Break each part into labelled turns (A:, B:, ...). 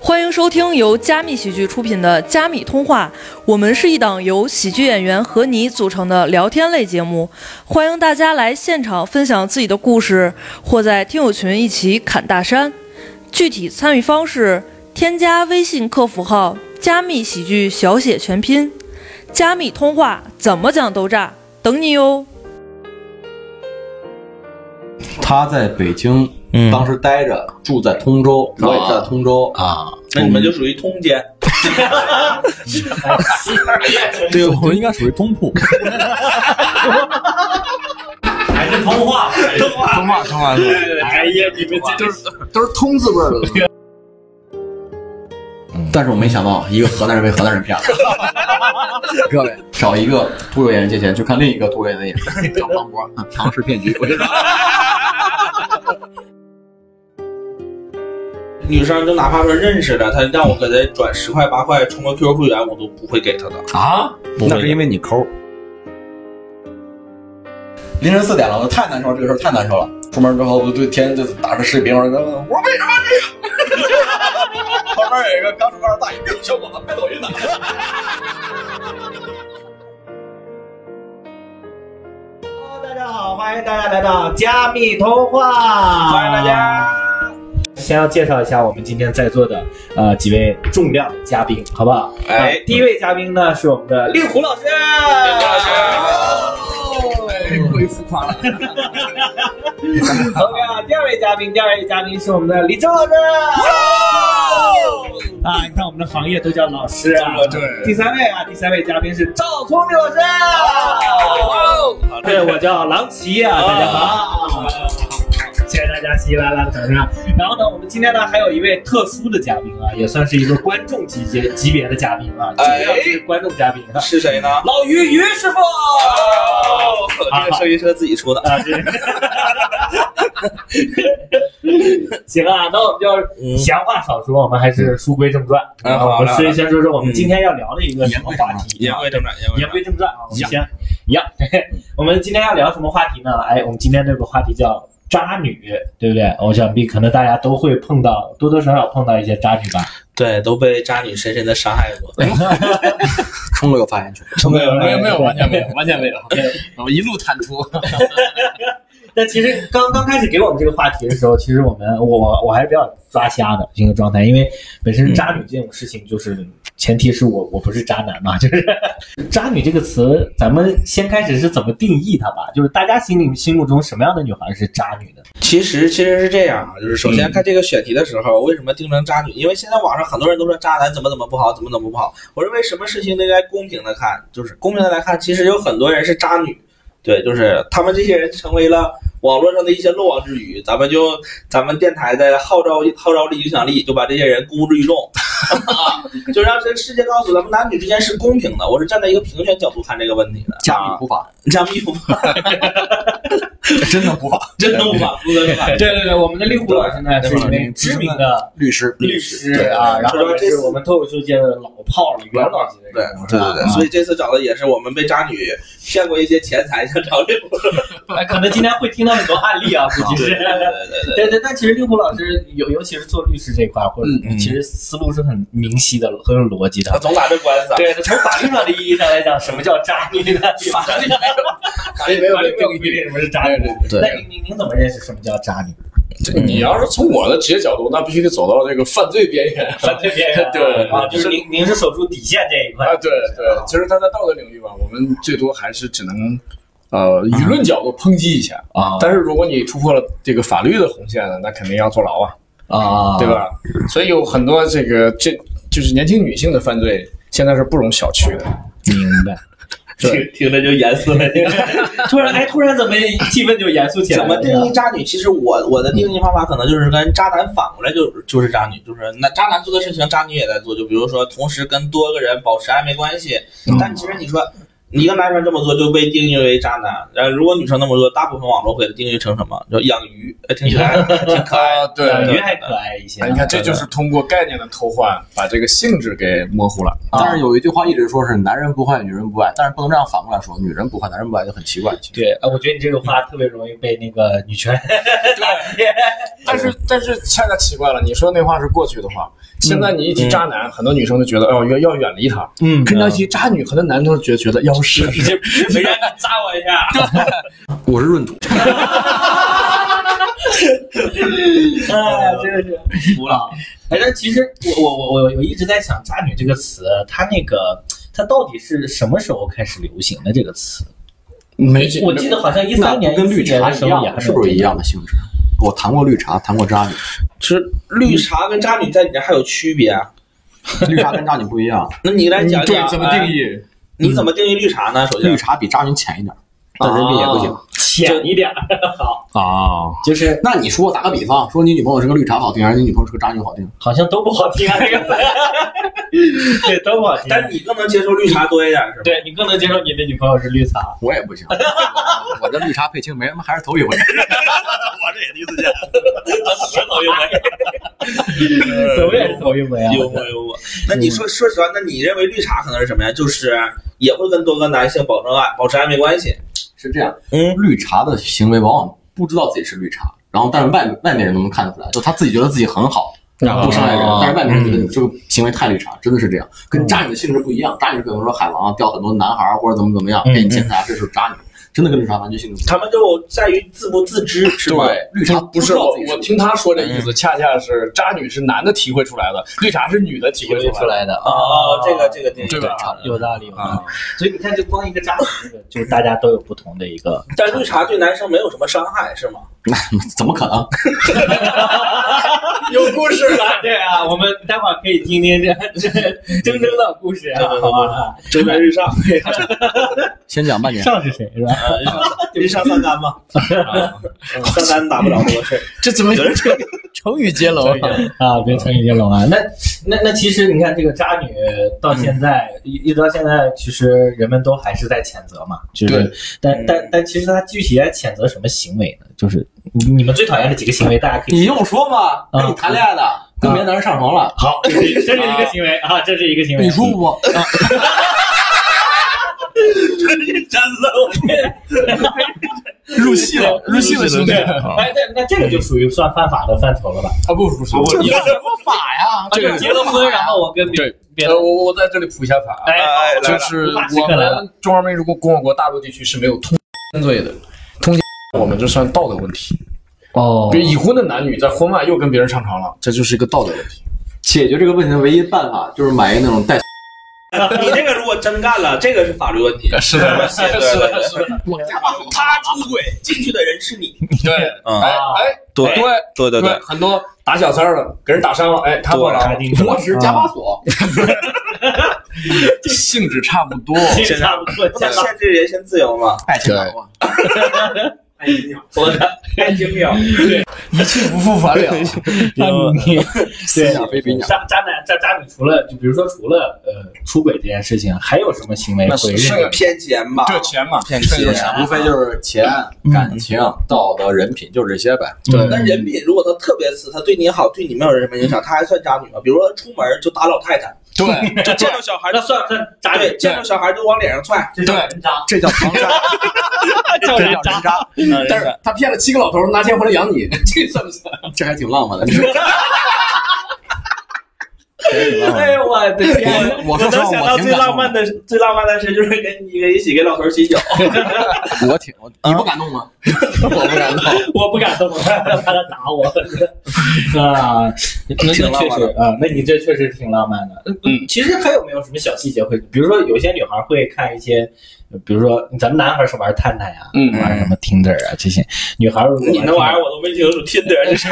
A: 欢迎收听由加密喜剧出品的《加密通话》，我们是一档由喜剧演员和你组成的聊天类节目，欢迎大家来现场分享自己的故事，或在听友群一起侃大山。具体参与方式，添加微信客服号“加密喜剧”小写全拼，“加密通话”怎么讲都炸，等你哟。
B: 他在北京
C: 嗯
B: 当时待着，住在通州，我也在通州哦啊。
D: 那你们就
E: 嗯
D: 属于通奸，
C: 对，我们应该属于通铺。
D: 还是通话？通话，
C: 通话，通话，通话。
D: 哎呀，你们这就是
E: 都是通字辈儿的。
B: 嗯但是我没想到，一个河南人被河南人 骗了。各位，找一个脱口演员借钱，去看另一个脱口演员的演 出，叫庞博，啊庞氏骗局。我知道。
D: 女生，就哪怕说认识的，她让我给她转十块八块充个 QQ 会员，我都不会给她的。
E: 啊，
D: 不
B: 那是因
D: 为
B: 为你抠。凌晨四点了，我太难受了，这个事儿太难受了。出门之后，我就对天就打着视频，我说：“哎我为什么这样？” 旁边有一个刚出二大爷，哎呦小伙子拍抖音呢。
F: 大家好，欢迎大家来到加密通话，
D: 欢迎大。家。
F: 先要介绍一下我们今天在座的呃几位重量嘉宾，好不好？
D: 哎
F: 啊第一位嘉宾呢是我们的令狐老师，
D: 胡老师
E: 过于浮夸了。
F: OK 啊，第二位嘉宾，第二位嘉宾是我们的李正老师。啊，你看我们的行业都叫老师啊。
E: 对
F: 第三位啊，第三位嘉宾是赵聪明老师。对，我叫郎奇啊，大家好。谢谢大家稀稀拉拉的掌声。啊然后呢，我们今天呢还有一位特殊的嘉宾啊，也算是一个观众级别级别的嘉宾啊，尽量是观众嘉宾啊。
D: 是谁呢？
F: 老于于师傅。
D: 哦，这个声音是他自己出的。
F: 啊，对。 行啊，那我们就闲话少说，我们还是书归正传。
D: 嗯
F: 啊，我
D: 好
F: 们
D: 嘞嗯
F: 先先说说我们今天要聊的一个什么话题。
D: 言归正传，言归
F: 言
D: 正传。
F: 归正传啊，我们先一样。 嘿嘿我们今天要聊什么话题呢？哎，我们今天这个话题叫渣女，对不对？我想必可能大家都会碰到，多多少少碰到一些渣女吧。
D: 对，都被渣女深深的伤害过。
B: 冲了个发言权，
E: 没有没有没有，完全没有，完全没有。我一路坦途。
F: 但其实刚刚开始给我们这个话题的时候，其实我们我我我还是比较抓瞎的这个状态，因为本身渣女这种事情，就是、前提是我我不是渣男嘛， 就是渣女这个词，咱们先开始是怎么定义它吧？就是大家心里心目中什么样的女孩是渣女呢？
D: 其实其实是这样啊，就是首先看这个选题的时候，为什么定成渣女？因为现在网上很多人都说渣男怎么怎么不好，怎么怎么不好。我认为什么事情都应该公平的看，就是公平的来看，其实有很多人是渣女，对，就是他们这些人成为了网络上的一些漏网之鱼。咱们就咱们电台的号召号召力、影响力，就把这些人公之于众，啊就让这个世界告诉咱们男女之间是公平的。我是站在一个平权角度看这个问题的。啊
B: 加密普 法，
D: 加密不法，
B: 真的普法，
D: 真的无法不能法。
F: 对对对，我们的令狐老师呢
D: 对
F: 是一位知名的
B: 律师，
F: 律师啊，然后也是我们脱口秀界的老炮了，元老级的
D: 对
F: 人物。
D: 对对对，
F: 啊
D: 所以这次找的也是我们被渣女骗过一些钱财，想找这部。
F: 哎，可能今天会听到很多案例啊，估计是。
D: 对
F: 对对，但其实令狐老师有，尤其是做律师这一块，或者
B: 嗯嗯
F: 其实思路是很明晰的，很有逻辑
D: 他
F: 的。
D: 总打这官司啊，
F: 对，从法律上的意义上来讲，什么叫渣女呢？法律没有，法律没有定 义什么是渣女。
B: 对
F: 那您您您怎么认识什么叫渣女？
E: 这你要是从我的职业角度，那必须得走到这个犯罪边缘
F: 反对边缘啊
E: 对
F: 啊，就是您您是守住底线这一 块
E: 啊。对对，其实他在道德领域吧，我们最多还是只能。呃，舆论角度抨击一下，
F: 啊
E: 但是如果你突破了这个法律的红线呢，那肯定要坐牢啊。
F: 啊
E: 对？吧？所以有很多这个这就是年轻女性的犯罪，现在是不容小觑 的。
F: 明白。
D: 听听着就严肃 了。
F: 突然哎，突然怎么气氛就严肃起来
D: 怎
F: 了？
D: 么定义渣女？其实我我的定义方法可能就是跟渣男反过来就就是渣女，就是那渣男
E: 嗯
D: 做的事情，渣女也在做。就比如说，同时跟多个人保持暧昧关系，但其实你说。一个男生这么做就被定义为渣男，然后如果女生那么做，大部分网络会定义成什么？就养鱼，哎，听起 来挺可爱。
E: 啊，对，
F: 感
E: 对
F: 觉还可爱一些
G: 啊
F: 啊
E: 哎，。你看，这就是通过概念的偷换，把这个性质给模糊了。
G: 但是有一句话一直说是男人不坏，女人不爱，但是不能这样反过来说，女人不坏，男人不爱就很奇怪。其实
F: 对，哎，我觉得你这个话特别容易被那个女权打脸。
E: 但是，但是恰恰奇怪了，你说那话是过去的话，现在你一提渣男，很多女生都觉得哦，要要远离他。
F: 嗯
E: 跟他一提渣女，很多男生都觉得觉得要是
D: 没人
G: 啊
D: 扎我一下，
G: 我是闰土，
F: 哎，真的 是服了。哎，但其实我我我我我一直在想“渣女”这个词，它那个它到底是什么时候开始流行的这个词？
E: 没
F: 我记得好像一
G: 那
F: 三年、
G: 不跟绿
F: 14年
G: 茶
F: 的
G: 一
F: 时候也还
G: 样，
F: 没
G: 是
F: 有
G: 不是
F: 这
G: 一
F: 个
G: 样的性质？我谈过绿茶，谈过渣女，
D: 其实绿茶跟渣女在你这还有区别啊？
G: 绿茶跟渣女不一 样，
D: 那你来讲
E: 嗯对
D: 讲，
E: 怎么定
D: 哎？
E: 义？
D: 你怎么定义绿茶呢？首先
G: 绿，茶比渣女浅一点，但人家也不行
F: 浅一点儿？
E: 啊，
F: 就是
G: 那你说打个比方，说你女朋友是个绿茶好听，还是你女朋友是个渣女好听？
F: 好像都不好听啊，这个词， 对，都不好听。
D: 但是你更能接受绿茶多一点，是吧？
F: 对你更能接受你的女朋友是绿茶，
G: 我也不 行，我这绿茶配青梅，他妈还是头一 回。
D: 我这也第一次见，全都用
F: 怎么也是头一回啊！
D: 幽默幽默。那你说，说实话，那你认为绿茶可能是什么呀？就是也会跟多个男性保证爱，保持暧昧关系。
G: 是这样，
D: 嗯，
G: 绿茶的行为往往不知道自己是绿茶，然后但是外外面人都能看出来，就他自己觉得自己很好，不伤害人，但是外面人觉得你这个行为太绿茶，真的是这样，跟渣女的性质不一样。渣女可能说海王啊钓很多男孩儿或者怎么怎么样，
F: 嗯
G: 给你检查，这是渣女，真的跟绿茶完全性质不一样。
D: 他们就在于自不自知，是吧？
E: 对，
G: 绿茶
E: 不
G: 知
E: 是嗯
G: 道
E: 我
G: 自己，
E: 我听他说这意思，恰恰是渣女是男的体会出来的，绿茶是女的体会出来的，
F: 来的
G: 啊
D: 哦哦，这个这个定义
E: 对吧？
F: 有道理有道理
E: 啊，
F: 所以你看，就光一个渣女，这个就是大家都有不同的一 个。
D: 但绿茶对男生没有什么伤害，是吗？
G: 怎么可能？
E: 有故事了。
F: 对啊，我们待会儿可以听听这 这铮铮的故事啊，好吧？
D: 蒸蒸日上，
G: 先讲半年，
F: 上是谁是吧？
D: 日呃上三竿 嘛，三竿打不了多 事儿。
E: 这怎么成成语接龙啊？
F: 啊，别成语接龙啊。那那那其实你看，这个渣女到现在、一一直到现在，其实人们都还是在谴责嘛，就是但、
D: 嗯
F: 但但其实她具体在谴责什么行为呢？就是你你们最讨厌的几个行为，大家可以
G: 你用说吗？跟你谈恋爱的，跟别的男人上床了，
F: 好，这是一这是一个行为啊，这是一个行为。
G: 你舒服不？
D: 真的，
E: 入戏了， 入戏了，兄弟！啊，
F: 哎，那那这个就属于算犯法的范畴了吧？
E: 不不不，我
G: 什么法呀？
E: 这个
F: 啊就结了婚，然后我跟别
E: 对
F: 别
E: 呃
F: 的，
E: 我我在这里普一下法，啊
F: 哎，
D: 哎来
E: 就
D: 了
E: 是
F: 无法时
E: 我
F: 刻来了
E: 们中华民族共和国大陆地区是没有通奸罪的，通奸我们这算道德问题。
F: 哦
E: 比如已婚的男女在婚外又跟别人上床了，这就是一个道德问题。
G: 解决这个问题的唯一办法就是买一个那种带
D: 你这个如果真干了，这个是法律问题。
E: 是
D: 的是的是的
E: 是的，
D: 他出轨进去的人是你，
E: 对，
D: 嗯
E: 哎哎，
D: 对
E: 对
D: 对对
E: 对，，很多打小三儿的给人打伤了，哎，他过来
F: 查
E: 了，
F: 进去了
G: 磨石加把锁，
E: 性质差不多。
F: 其实差不多，
D: 不能限制人身自由嘛。
G: 爱情岛啊。
D: 爱情秒，我的爱情秒，
E: 一去不复返了。
F: 渣女，啊 对，
G: 非比鸟
F: 渣渣男渣渣女，除了就比如说除了呃出轨这件事情，还有什么行为
E: 那
F: 会
E: 是
F: 认为
E: 是
D: 偏见吧？
E: 对钱嘛，
D: 骗
E: 这就是
D: 钱
E: 钱
G: 无非就是钱、感情、道德、人品，就是这些呗。
F: 对
D: 那人品如果他特别次，他对你好，对你没有什么影响，他还算渣女吗？比如说出门就打老太太，
E: 对，
D: 就见到小孩
F: 那算算渣
D: 对，
F: 女，
D: 见到小孩就往脸上踹，
F: 这叫人渣，
G: 这叫狂渣，
F: 叫人渣。
G: 渣。
D: 但
E: 但是他骗了七个老头儿，拿钱回来养你，这算不算？
G: 这还挺浪漫的。
F: 哎呦我的天！
G: 我我说实
D: 能
G: 话，我
D: 想到
G: 挺
D: 最
G: 感
D: 浪
G: 动
D: 漫的最浪漫的事就是跟你一起给老头洗脚，
G: 的，我挺，你不感动吗？ 我不感动。
F: 我不敢动，我怕他打我。 啊，那
D: 挺
F: 那
D: 浪
F: 确
D: 漫
F: 实
D: 的
F: 啊，那你这确实挺浪漫的。嗯，其实还有没有什么小细节会？比如说，有些女孩会看一些，比如说咱们男孩是玩探探呀，
E: 嗯
F: 玩什么 Tinder 啊这些，女孩如果
D: 你那玩意
F: Tinder，
D: 儿我都没清楚，听着这是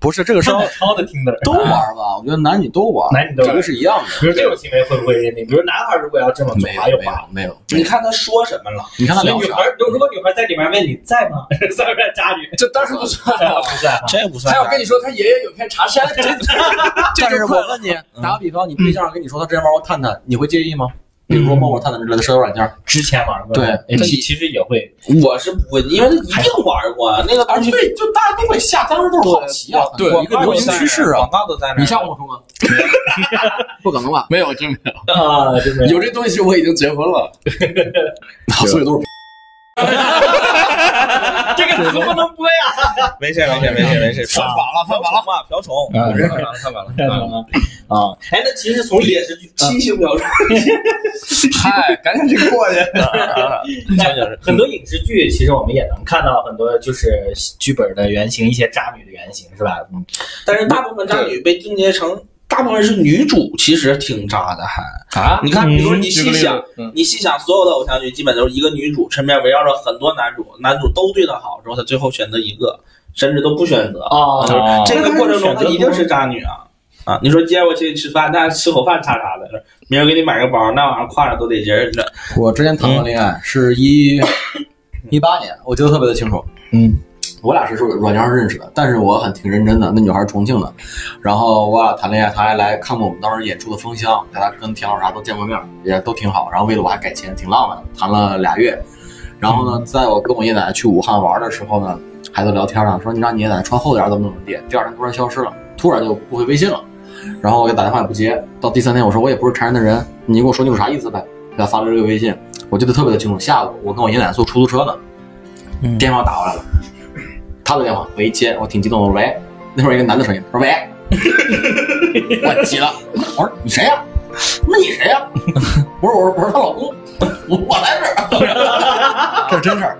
G: 不是这个事
F: 上
G: 儿啊
F: 海超的 Tinder
G: 都玩吧，我觉得男女都玩，
F: 男女都
G: 这
F: 有
G: 个。是一样的。
F: 比如这种行为会不会认定？比如男孩如果要这么做，哎
G: 没有
F: 还有
G: 没
F: 吧？
G: 有没有，
D: 你看他说什么了？
G: 你看他
F: 所以
G: 聊
F: 女
G: 啥
F: 孩？，如如果女孩在里面问你在吗， 算不算渣女？
E: 这当然不算
F: 在吗
E: 了。
F: 不在啊。
D: 这不
E: 他要跟你说他爷爷有片茶山，这
G: 但是我问你，打个比方，你对象跟你说他之前玩过探探，你会介意吗？比如说陌陌、探探之类的社交软件儿，
F: 之前玩过，
G: 对
F: 哎
G: 但
F: 其其实也会，
D: 我是不会，因为一定玩过那个
G: 而且对，就大家都会下，当时都是好奇啊，
E: 对
G: 一个流行趋势啊
D: 广。告都在那儿。
G: 你下过冲吗？ 不可能吧？
E: 没有，真没有。
F: 啊，就是
G: 有这东西，我已经结婚了，所以都是
F: 啊这个词不 能播呀。
D: 没事没事没事没事，
E: 犯法了，犯法了，
D: 嘛，瓢虫
F: 啊
E: 看完了，看完
F: 看到
E: 了。
F: 了吗？啊，哎，那其实从
D: 也是七星瓢虫，
E: 嗨，赶紧去过去。
F: 嗯很多影视剧，其实我们也能看到很多就是剧本的原型，一些渣女的原型，是吧？嗯，
D: 但是大部分渣女被定结成。大部分是女主，其实挺渣的，还
E: 啊？
D: 你看，比如说你
E: 举
D: 细
E: 个例
D: 想，
E: 子，嗯
D: 你细想，所有的偶像剧基本都是一个女主身边围绕着很多男主，男主都对她好，之后她最后选择一个，甚至都不选择。
F: 哦
D: 这个过程中，她一定是渣女啊！啊，你说今天我请你吃饭，那吃口饭叉叉的，明儿给你买个包，那晚上挎着都得劲儿。这
G: 我之前谈过恋爱，是一一八年，我记得特别的清楚。
F: 嗯，
G: 我俩是说软件上认识的，但是我很挺认真的。那女孩是重庆的，然后我俩谈恋爱，她还来看过我们当时演出的封箱，大家跟田老师啥都见过面，也都挺好。然后为了我还改签，挺浪漫的，谈了俩月。然后呢，在我跟我爷爷奶奶去武汉玩的时候呢，还在聊天啊呢，说你让你爷爷奶奶穿厚点儿，怎么怎么地。第二天突然消失了，突然就不回微信了。然后我给打电话也不接，到第三天我说我也不是缠人的人，你给我说清楚啥意思呗。给他发了这个微信，我记得特别的清楚。下午我跟我爷爷奶奶坐出租车呢，
F: 嗯
G: 电话打过来了。他的电话，我一接，我挺激动的，我说喂，那会儿一个男的声音，我说喂， 我急了，我说你谁呀、那你谁呀、我说我说我说她老公，我我来这儿， 这是真事儿。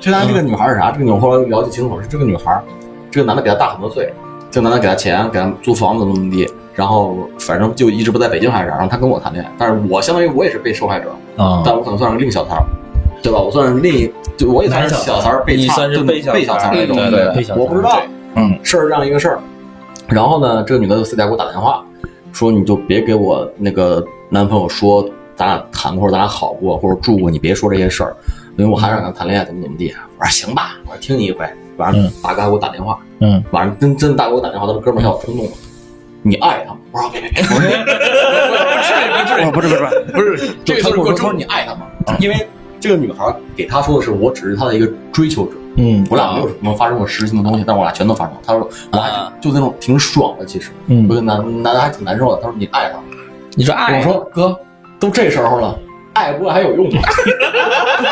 G: 就当然这个女孩是啥？这个女孩后来了解清楚是这个女孩，这个男的比她大很多岁，这个男的给她钱，给她租房子怎么怎么地，然后反正就一直不在北京还是啥，然后她跟我谈恋爱，但是我相当于我也是被受害者，
F: 啊
G: 但我可能算是另一小三儿，对吧？我算是另一，就我也算是小三儿被
D: 你
G: 差
D: 算是
G: 就
D: 被
G: 被小
D: 小
G: 三
D: 三儿
G: 儿那种，
D: 对
F: 对被小三儿
G: 我不知道，
E: 嗯，
G: 事儿是这样一个事儿。然后呢，这个女的就私底下给我打电话，说你就别给我那个男朋友说咱俩谈过或者咱俩好过或者住过，你别说这些事儿，因为我还想跟他谈恋爱，怎么怎么地。啊我说行吧，我说听你一回。晚上大哥给我打电话，
F: 嗯，
G: 晚上真真的大哥给我打电话，他说哥们儿，他有冲动了，你爱他吗？我说别别别，我说
E: 不至于，不至于，不是不是，这个
G: 他
E: 就
G: 跟
E: 是
G: 我说
E: 过
G: 他说
E: 中
G: 你爱他吗？因为这个女孩给他说的是，我只是他的一个追求者，
F: 嗯
G: 我俩没有什么发生过实质性的东西，但我俩全都发生了。他说我俩
D: 啊
G: 就那种挺爽的，其实
F: 嗯
G: 我觉得男男的还挺难受的。他说你爱他吗，
E: 你说
G: 我说哥，都这时候了，爱不爱还有用吗？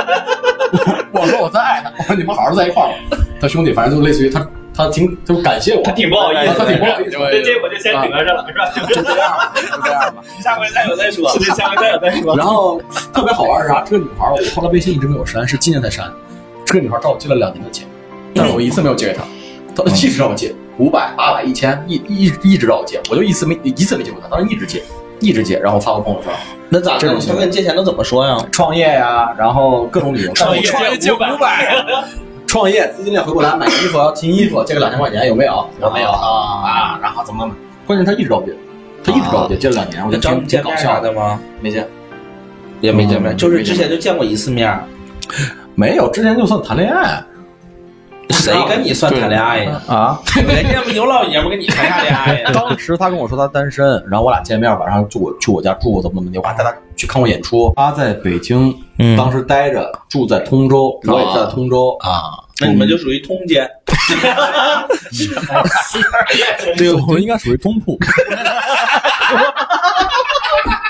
G: 我我说我再爱他，我说你们好好在一块儿吧。他兄弟反正就类似于他，他挺就感谢我，
F: 他挺不好意思
G: 他挺不好意思，
F: 那哎这我啊就先得着了，是吧？
G: 就这样吧，就这样吧。
D: 下回再有再 说。
F: 就下回再有再说。
G: 然后特别好玩是啥？这个女孩儿我后来微信一直没有删，是今年才删。这个女孩儿找我借了两年的钱，但是我一次没有借给她，她一直让我借五百、八百、一千，一一一直让我借，我就一次没一次没借过她，当时一直借，一直借，然后发个朋友圈，
D: 那咋
G: 这
D: 的？
G: 种
D: 他跟你借钱都怎么说呀？
G: 创业呀、然后各种理由，
F: 创业
G: 但我
F: 借五百，
G: 创业资金链回过来买衣服，要进衣服，借个两千块钱有没有？我说没有啊啊，然后怎么怎么，关键她一直找我借，她一直找我借，借了两年，我就
D: 找
G: 挺
D: 你啊
G: 挺
D: 见
G: 搞
D: 面
G: 笑
D: 啥
G: 的，
D: 的吗？
G: 没见。
D: 也没见面，
G: 嗯
D: 就是之前就见过一次面。
G: 没有，之前就算谈恋爱，
D: 谁跟你算谈恋爱呀？
G: 啊，
D: 人家牛老爷们跟你谈啥恋爱呀？
G: 当时他跟我说他单身，然后我俩见面，晚上就我去我家住，怎么怎么地，我还带他去看过演出。他在北京，
D: 嗯
G: 当时待着，住在通州，我也在通州啊。
D: 那你们就属于通奸。
H: 这个应该属于中铺，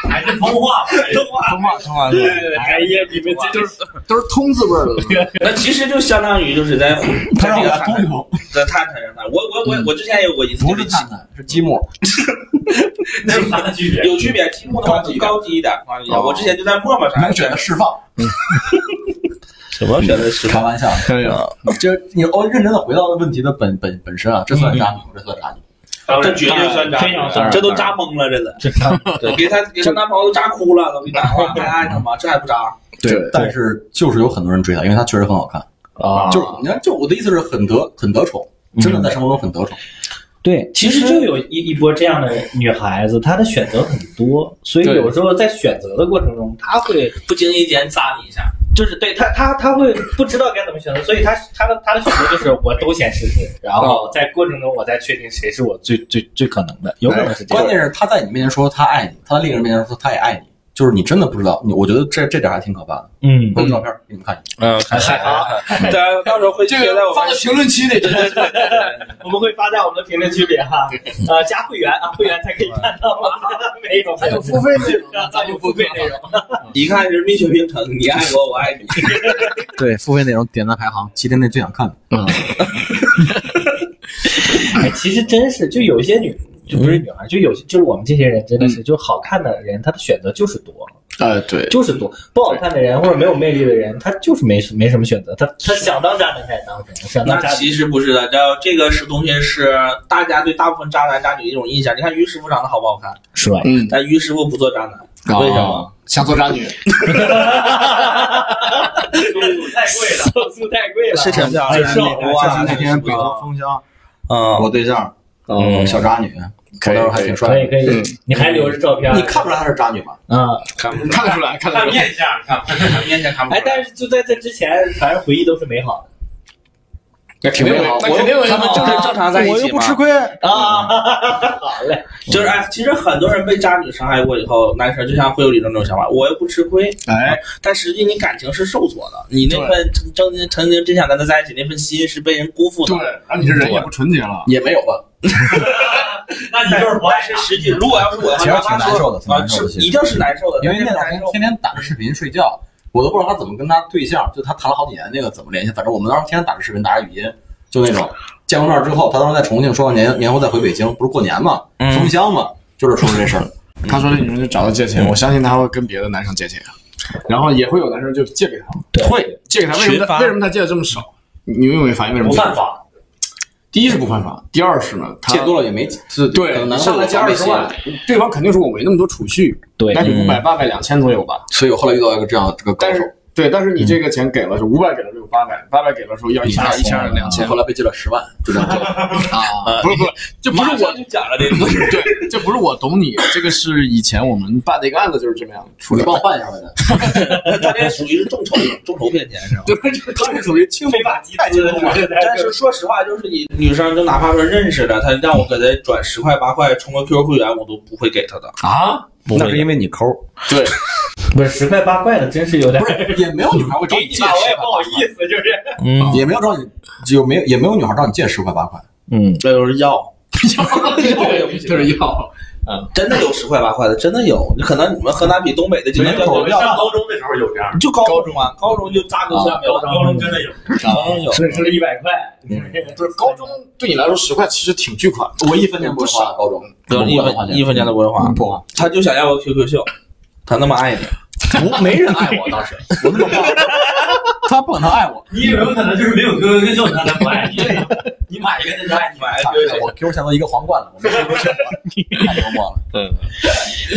F: 还是通话，通话，
E: 通话通话，
G: 嗯
F: 哎呀，你们这就是
E: 都是通字辈儿的。
D: 那其实就相当于就是在
G: 他让我
D: 在
G: 来
D: 这
G: 通
D: 个
G: 通，
D: 在探探上探。我我我我之前也有过一次，
G: 不是探探，是积木。
F: 那有啥的区别？
D: 有区别，积木的话就高级一点，高级一点。
G: 哦
D: 我之前就在陌陌上
G: 能选择释放，
D: 什么选择是
G: 嗯开玩笑。
E: 可以了，
G: 就你哦，认真的回到问题的本本本身啊，这算渣女吗？这算渣女？
D: 这绝对算
F: 非常
D: 渣，
F: 算
D: 这都渣懵了，真的。
F: 这当
D: 对给她给她男朋友都渣哭了，都给打电话还爱她吗？这还不渣？
G: 对，但是就是有很多人追她，因为她确实很好看。
F: 啊
G: 就是你看，就我的意思是很得很得宠，真的在生活中很得宠。
F: 对，其实就有一一波这样的女孩子，她的选择很多，所以
E: 对
F: 有时候在选择的过程中，她会
D: 不经意间扎你一 下，
F: 就是对她她她会不知道该怎么选择，所以她她的她的选择就是我都先试试，然后在过程中我再确定谁是我最最最可能的，有可能是这样
G: 关。键是他在你面前说他爱你，他在另一个人面前说他也爱你，就是你真的不知道，你我觉得这这点还挺可怕的。
F: 嗯，
G: 我有照片给你们看一下。
D: 嗯，还好，大家啊到时候会
E: 这
D: 贴在
E: 个
D: 我
E: 放
D: 们
E: 在评论区里，
F: 我们会发在我们的评论区里哈，呃，加会员啊， 会员才可以看到啊， 没有，
E: 还有付费内 容呢，咱就付费内容。
D: 一看是蜜雪冰城，你爱我，我爱你。
G: 对，付费内容点赞排行，七天内最想看的。
F: 哎，其实真是，就有一些女，就不是女孩，就有些就是我们这些人真的是，就好看的人，他的选择就是多，
E: 哎，对，
F: 就是多；不好看的人或者没有魅力的人，他就是没没什么选择，他他想当渣男他也当，想
D: 那
F: 当渣女
D: 其实不是的，这这个是东西是大家对大部分渣男渣女的一种印象。你看于师傅长得好不好看？
F: 帅。
E: 嗯，哦
D: 但于师傅不做渣男，
G: 哦
D: 为什么？
E: 想做渣女，
F: 手太贵了，手速太贵了，
D: 谁想当
F: 哎
D: 渣男
F: 是
G: 哇，
D: 哇
G: 那天北方封箱，
D: 嗯，
G: 我对象，呃
D: 嗯
G: 小渣女，
E: 可以
G: 我当时还挺帅
F: 可以
G: 的。
F: 可以
E: 嗯，
F: 你还留着照片？
G: 你看不出来她是渣女吧？
F: 啊？
D: 看不
E: 看得出来，看得出来。
I: 面相，看面相看不出来。
F: 哎，但是就在这之前，反正回忆都是美好
G: 那挺美好，
E: 那肯定有啊
D: 他们就是正常在一
G: 啊我又
D: 起
G: 不
D: 嘛。
G: 吃嗯亏。
F: 的啊。好嘞，
D: 就是哎，其实很多人被渣女伤害过以后，男生就像会有李正这种想法，我又不吃亏。啊
E: 哎，
D: 但实际你感情是受挫的，你那份曾曾经曾经真想跟他在一起那份心是被人辜负的
E: 对。，然后你这人也不纯洁了。
G: 也没有吧，
F: 那
D: 但是不爱是实际。如果要是我的
G: 其
D: 话，
G: 实
D: 妈
G: 挺
D: 妈
G: 难
D: 说
G: 受的，挺
D: 啊，
G: 难受
D: 是
G: 的。其
D: 一
G: 实，
D: 定是难受的，
G: 因为那
D: 但
G: 两
D: 是
G: 天
D: 难受。
G: 天天打着视频睡觉，我都不知道她怎么跟她对象，就她谈了好几年那个怎么联系。反正我们当时天天打着视频，打着语音，就那种见过面之后，她当时在重庆，说完年年后再回北京，不是过年嘛，
E: 嗯
G: 封箱嘛，就是出了这事儿。
E: 他说那女生就找他借钱，我相信他会跟别的男生借钱，然后也会有男生就借给他，
D: 会
E: 借给他。为什么
D: 群
E: 他
D: 发
E: 为什么他借的这么少？你有没有发现为什么？
F: 不犯。法，
E: 第一是不犯法，第二是呢，他
G: 借多了也没，是可
E: 对
G: 能男
E: 上来借二十万，，对方肯定说我没那么多储蓄，
F: 对
E: 那就
D: 嗯
E: 五百八百两千左右吧。
G: 所以我后来遇到一个这样的这个高
E: 但
G: 手，
E: 是对，但是你这个钱给了是五百给了就有八百，八百给了时候要一千二一千二两千，
G: 后来被借了十万，就这样做啊。
E: 不是不是，这不是
D: 马上
E: 我
D: 就讲了 这个。
E: 对，这不是我懂你，这个是以前我们办的一个案子就是这么样处
G: 你
E: 理
G: 帮。我换 一下呗。
D: 他这属于是众筹众筹骗钱是 吧？
E: 对，这他是属于 轻
F: 非法集资。
D: 但是说实话，就是你女生就哪怕说认识的，她让我给她转十块八块充个 QQ 会员，我都不会给她的。
E: 啊，
D: 不会的，
G: 因为你抠，
F: 不是十块八块的，真是有点
G: 不。是也没有女孩会找你借
F: 我也
G: 十
F: 不好
G: 块
F: 意思， 就是
D: 嗯，
G: 也没有找你，就没有也没有女孩找你借十块八块。
D: 那就是要。
E: 就是要
D: 真的有十块八块的，真的有。可能你们河南比东北的经
G: 没
D: 验
G: 有
D: 较
G: 我
D: 少，
I: 高中的时候有这样，
D: 就高中啊，高中就扎根下面了。
F: 高中真的有，嗯
D: 高中有，
F: 损失了一百块。
E: 不是高中对你来说十块其实挺巨款，
G: 我一分钱不花，高中
D: 不用一
G: 我不花
D: 分
G: 钱
D: 一分钱都不嗯会花，
G: 不花，
D: 他就想要个 QQ 秀，他那么爱你，
G: 我没人爱我当时，我那么胖，他不可能爱我。
F: 你有可能就是没有 QQ 就他才不爱你？
D: 你买一个他就爱你，买一
E: 哎
G: 差
D: 个
G: 点我 Q 钱都一个皇冠了，我没 Q 钱了，太幽默 了。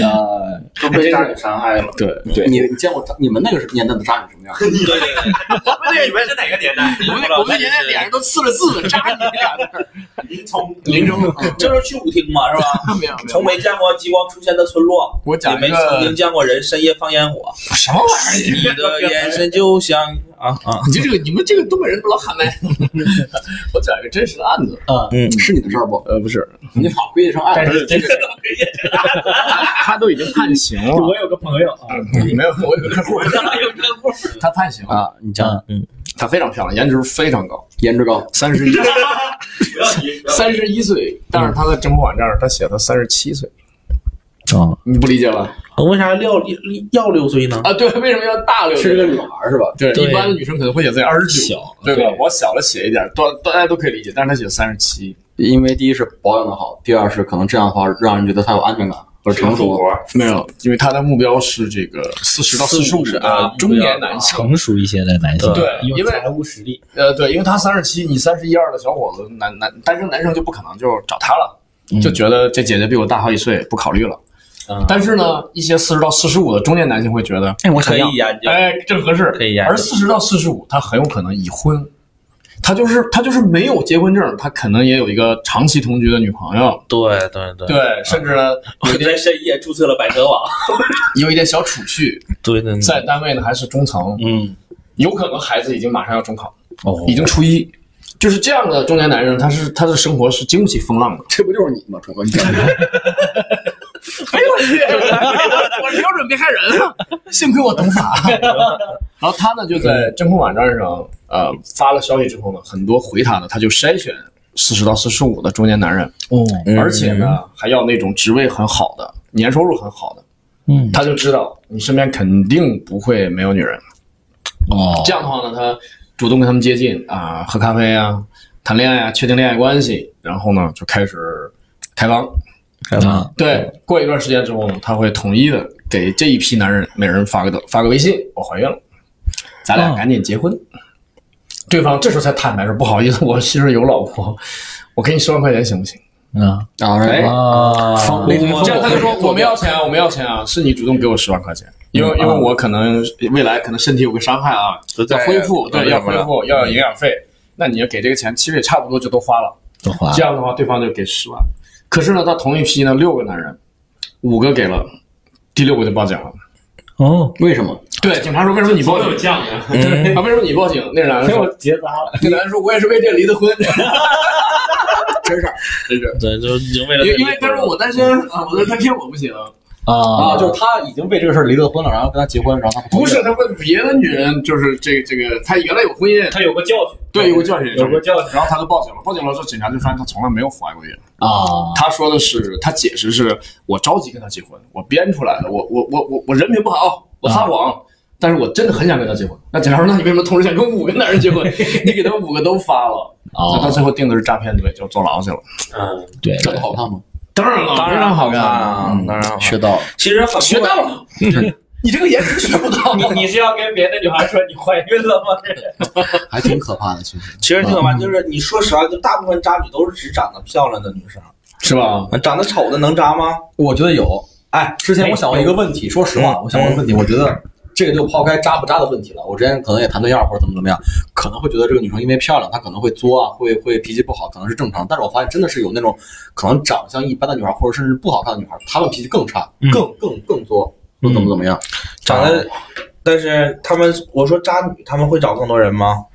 G: 呃，
D: 都被渣女伤害了。
E: 嗯对对
G: 你你见过你们那个年代的渣女什么 样？
D: 对对对，
F: 你们是哪个年代？
E: 我们我们年代脸上都刺了字的，扎你俩字儿，
F: 林冲，
E: 零中
D: 就是去舞厅嘛，是吧？
E: 没有没有
D: 从，没见过极光出现的村落，
E: 我
D: 也
E: 讲
D: 没
E: 一
D: 曾
E: 个
D: 经见过人深夜放烟火。
E: 什么玩意儿？
D: 你的眼神就像啊啊，
E: 你这个你们这个东北人不老喊麦？我讲一个真实的案子，
D: 嗯，
G: 是你的事儿不？
E: 呃，不是，
G: 你老归结成爱
F: 但
G: 了，
F: 是真的，
E: 他都已经判刑了，
F: 我有个朋友啊，
E: 没有，我有个客户，
F: 有个户，
E: 他判刑了，
G: 啊，你讲
D: 嗯
E: 她非常漂亮，颜值非常高，
G: 颜值高，
E: 三十一，
F: 不要急，
E: 三十一岁，但是她在征婚网站上她写她三十七岁，
D: 哦，
E: 你不理解吧？
D: 为啥要六要六岁呢？
E: 啊，对，为什么要大六岁？
G: 是个女孩是吧？
E: 对，
D: 对
E: 一般的女生可能会写自己二十九，对吧？往小了写一点，都大家都可以理解，但是她写三十七，
G: 因为第一是保养的好，第二是可能这样的话让人觉得她有安全感和成熟。
E: 没有，因为她的目标是这个四十到四十五
D: 45
E: 的
D: 啊
E: 中年男性。
F: 成熟一些的男性
E: 对因
F: 有
E: 为
F: 财务实力，
E: 呃，对，因为他三十七，你三十一二的小伙子，男男单身男生就不可能就找他了，就觉得这姐姐比我大好几岁，不考虑了。
F: 嗯
E: 但是呢，一些四十到四十五的中年男性会觉得，
G: 哎，我
D: 可以研究，
E: 哎，正合适。
D: 可以研
E: 而
D: 究。
E: 四十到四十五，他很有可能已婚，他就是他就是没有结婚证，他可能也有一个长期同居的女朋友，
D: 对对对，
E: 对，甚至呢
D: 我在深夜注册了百合网。
E: 有一点小储蓄，
D: 对对
E: 在单位呢还是中层，
D: 嗯，
E: 有可能孩子已经马上要中考，
F: 哦
E: 已经初一。就是这样的中年男人，他是他的生活是经不起风浪的。
G: 这不就是你吗？楚哥，你讲
E: 没有去，我没有准备害人啊，幸亏我懂法。 然后他呢就在真空网站上，呃，发了消息之后呢，很多回他的，他就筛选四十到四十五的中年男人，
F: 哦，
E: 而且呢还要那种职位很好的，年收入很好的，
F: 嗯，
E: 他就知道你身边肯定不会没有女人。
F: 哦
E: 这样的话呢，他主动跟他们接近啊，喝咖啡啊，谈恋爱啊，确定恋爱关系，然后呢就开始开房。
F: 啊，
E: 对，过一段时间之后呢，他会统一的给这一批男人每人发个发个微信，我怀孕了，咱俩
F: 哦
E: 赶紧结婚。对方这时候才坦白说：“不好意思，我其实有老婆，我给你十万块钱行不行
F: 啊
G: 啊，
D: 哎
F: 啊，
G: 方类似于？”
D: 我
E: 这样他就说：“
D: 我
E: 我们要钱啊，我们要钱啊，是你主动给我十万块钱，因为因为我可能未来可能身体有个伤害啊，要恢复，对，要恢复，嗯要有营养费，那你要给这个钱，其实也差不多就都花了。”
F: 中华
E: 这样的话，对方就给十万。可是呢，他同一批呢，六个男人，五个给了，第六个就报警了。
F: 哦，
G: 为什 么？
E: 对，警察说为什么你报警
C: 有？酱呀，
E: 啊，为什么你报警？那个男人
F: 给我
E: 说，
F: 结扎了，
E: 那个男人说我也是为这离 的婚， 真事儿，真事儿。
D: 对，就就 为了
E: 因为因为他说我单身啊，我说他骗我不行，
F: 啊
G: 啊，就是他已经为这个事儿离了婚了，然后跟他结婚，然后他
E: 不是他问别的女人，就是这个这个，他原来有婚姻，
F: 他有个教训，
E: 对有个教训，
F: 有个教训，
E: 然后他就报警了，报警了之后，警察就发现他从来没有怀过孕。
F: 啊
E: 他说的是，他解释是我着急跟他结婚，我编出来的，我我我我我人品不好，我
D: 啊
E: 撒谎，但是我真的很想跟他结婚。那警察说，那你为什么同时想跟五个男人结婚？你给他们五个都发了，
D: 哦
E: 那到
F: 啊，
E: 最后定的是诈骗罪，就坐牢去了。
D: 嗯，
F: 对，
G: 长得好看吗？
E: 当然了，
D: 当
E: 非常
D: 然
E: 好看
D: 啊，
E: 嗯
D: 当然好看。
G: 学到了，
D: 其实很啊
E: 学到了，你这个颜值学不到。
F: 你你是要跟别的女孩说你怀孕 了吗？
G: 还挺可怕的，其实。
D: 其实挺好玩，就是你说实话，就大部分渣女都是只长得漂亮的女生，
E: 是吧？
D: 长得丑的能渣吗？
G: 我觉得有。哎，之前我想过一个问题，说实话，我想过一个问题，我觉得这个就抛开渣不渣的问题了。我之前可能也谈对象或者怎么怎么样，可能会觉得这个女生因为漂亮，她可能会作啊，会会脾气不好，可能是正常。但是我发现真的是有那种可能长相一般的女孩，或者甚至不好看的女孩，她们脾气更差，更更更作，或者怎么怎么样。
D: 长得，但是他们，我说渣女，他们会找更多人吗？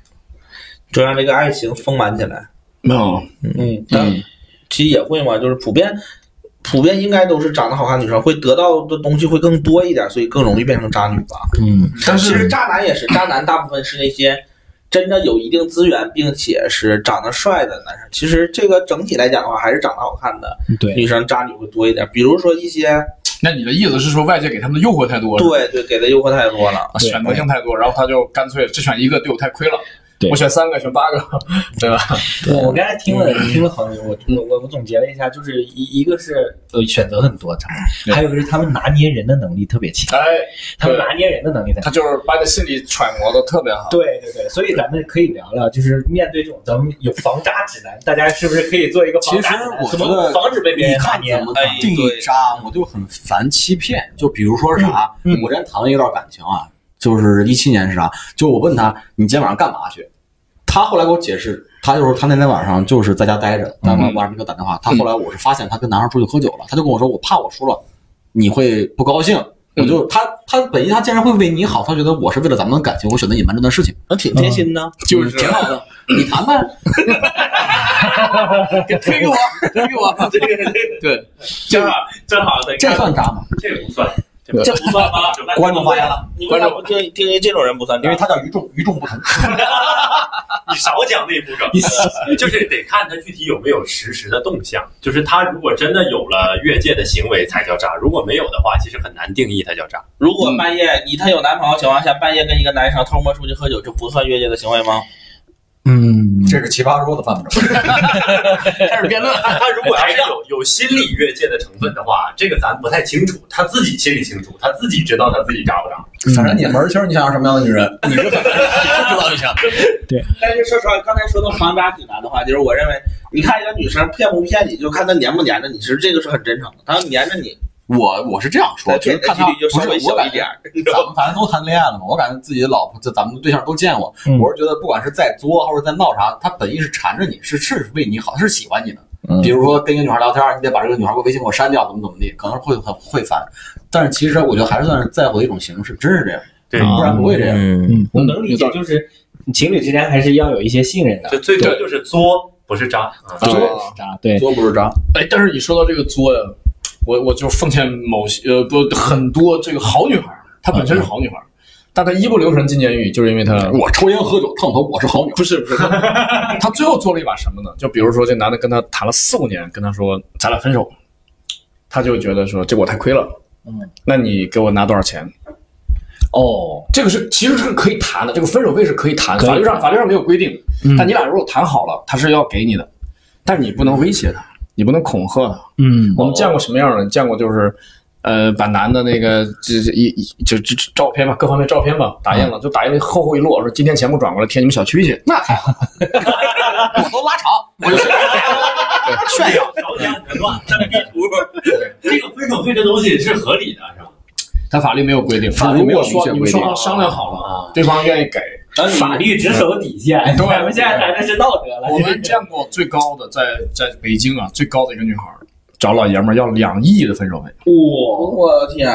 D: 就让这个爱情丰满起来。
E: 没有，
D: 嗯，但其实也会嘛，就是普遍，普遍应该都是长得好看的女生会得到的东西会更多一点，所以更容易变成渣女吧。
G: 嗯，
E: 但
D: 其
E: 是
D: 实渣男也是，渣男大部分是那些真的有一定资源并且是长得帅的男生。其实这个整体来讲的话，还是长得好看的
F: 对，
D: 女生渣女会多一点。比如说一些
E: 那你的意思是说外界给他们的诱惑太多，是吧
D: 对对给的诱惑太多了，
F: 对
E: 选择性太多，然后他就干脆只选一个，对我太亏了。
F: 对
E: 我选三个，选八个，对吧？
F: 我我刚才听了听了好久，我我我我总结了一下，就是一一个是呃选择很多，
E: 对
F: 还有一个是他们拿捏人的能力特别强，
E: 哎，
F: 他们拿捏人的能力特别强
E: 他就是把你心里揣摩的特别好。
F: 对对对，所以咱们可以聊聊，就是面对这种咱们有防渣指南，大家是不是可以做一个防渣指南？
G: 其实我
F: 怎
G: 觉得
F: 么防止被别
G: 你
F: 人拿
G: 看
F: 捏
G: 怎？么定
D: 哎对
G: 义渣，我就很烦欺骗。就比如说是啥，
F: 嗯嗯
G: 我之前谈了一段感情啊，就是一七年是啥，就我问他你今天晚上干嘛去，他后来给我解释，他就是他那天晚上就是在家待着，但晚晚上没给我打电话。他后来我是发现他跟男孩出去喝酒了，他就跟我说我怕我说了你会不高兴。我就他，他本意他竟然会为你好，他觉得我是为了咱们的感情，我选择隐瞒这段事情，嗯
D: 那嗯挺贴心的。
E: 就是
G: 挺好的。你谈呗， 给推给我，推给我，
C: 这个
G: 对，
C: 正好正好得
G: 这
C: 看，
G: 算渣吗？
C: 这个不算，
E: 对
C: 这不算啊！
G: 观众发言了。
D: 你为啥不定义定义这种人不算渣？
G: 因为他叫于众，于众不同。
C: 你少讲那部分，就是得看他具体有没有实时的动向。就是他如果真的有了越界的行为才叫渣，如果没有的话，其实很难定义他叫渣。
D: 如果半夜你她有男朋友的情况下，半夜跟一个男生偷摸出去喝酒，这不算越界的行为吗？
F: 嗯，
G: 这是奇葩说的范本。
E: 开始辩论。
C: 他他如果要是有有心理越界的成分的话，这个咱不太清楚，他自己心里清楚，他自己知道他自己渣不渣。
D: 嗯
G: 反正你门儿清，你想要什么样的女 人，你是很知道就行。
D: 但是说实话，刚才说到防渣指南的话，就是我认为，你看一个女生骗不骗你，就看她粘不粘着你，其实这个是很真诚的。她要粘着你，
G: 我我是这样说，
D: 那
G: 就是
D: 点
G: 看
D: 击
G: 他
D: 率就
G: 不
D: 稍
G: 是
D: 微
G: 我
D: 小一
G: 感觉
D: 点，你知
G: 咱
D: 道吗？
G: 们反正都谈恋爱了嘛，我感觉自己的老婆，这咱们的对象都见过。
F: 嗯
G: 我是觉得，不管是在作或者在闹啥，他本意是缠着你，是是为你好，是喜欢你的。
D: 嗯
G: 比如说跟一个女孩聊天，你得把这个女孩给我微信给我删掉，怎么怎么地，可能会很会烦。但是其实我觉得还是算是在乎的一种形式，真是这样，
C: 对
E: 啊
G: 不然不会这样。
D: 嗯，
F: 嗯，我能理解，就是情侣之间还是要有一些信任的。
C: 就最多就是作，不是渣。啊
E: 对
F: 是渣，对，
G: 作不是渣，
E: 哎，但是你说到这个作呀，我我就奉劝某些呃不很多这个好女孩儿，她本身是好女孩儿，但她一不留神进监狱，就是因为她
G: 我抽烟喝酒烫头，我是好女孩。
E: 不是不是， 他他最后做了一把什么呢？就比如说，这男的跟他谈了四五年，跟他说咱俩分手，他就觉得说这个我太亏了。
F: 嗯，
E: 那你给我拿多少钱？
F: 哦，
E: 这个是其实是可以谈的，这个分手费是可以谈的，
F: 可以
E: 法律上法律上没有规定，
F: 嗯
E: 但你俩如果谈好了，他是要给你的，但是你不能威胁他，你不能恐吓他。
F: 嗯
E: 我们见过什么样的？见过就是，呃，把男的那个这这一一就这这照片吧，各方面照片吧，打印
F: 嗯
E: 了，就打印了厚厚一摞，说今天钱不转过来，贴你们小区去。
G: 那太好，我都拉长，我就
C: 炫耀，条件很乱，三 P 图，这个分手费这东西是合理的，是吧？
E: 他法律没有规定，
G: 法律没有明
E: 说
G: 确
E: 你
G: 规
E: 们
G: 定
E: 双方商量好了，
C: 啊，
E: 对方愿意给。
F: 呃法律只守底线，
E: 对
F: 我们现在谈的是道德了。
E: 我们见过最高的，在在北京啊，最高的一个女孩找老爷们儿要两亿的分手费，
F: 哇，
D: 我的天，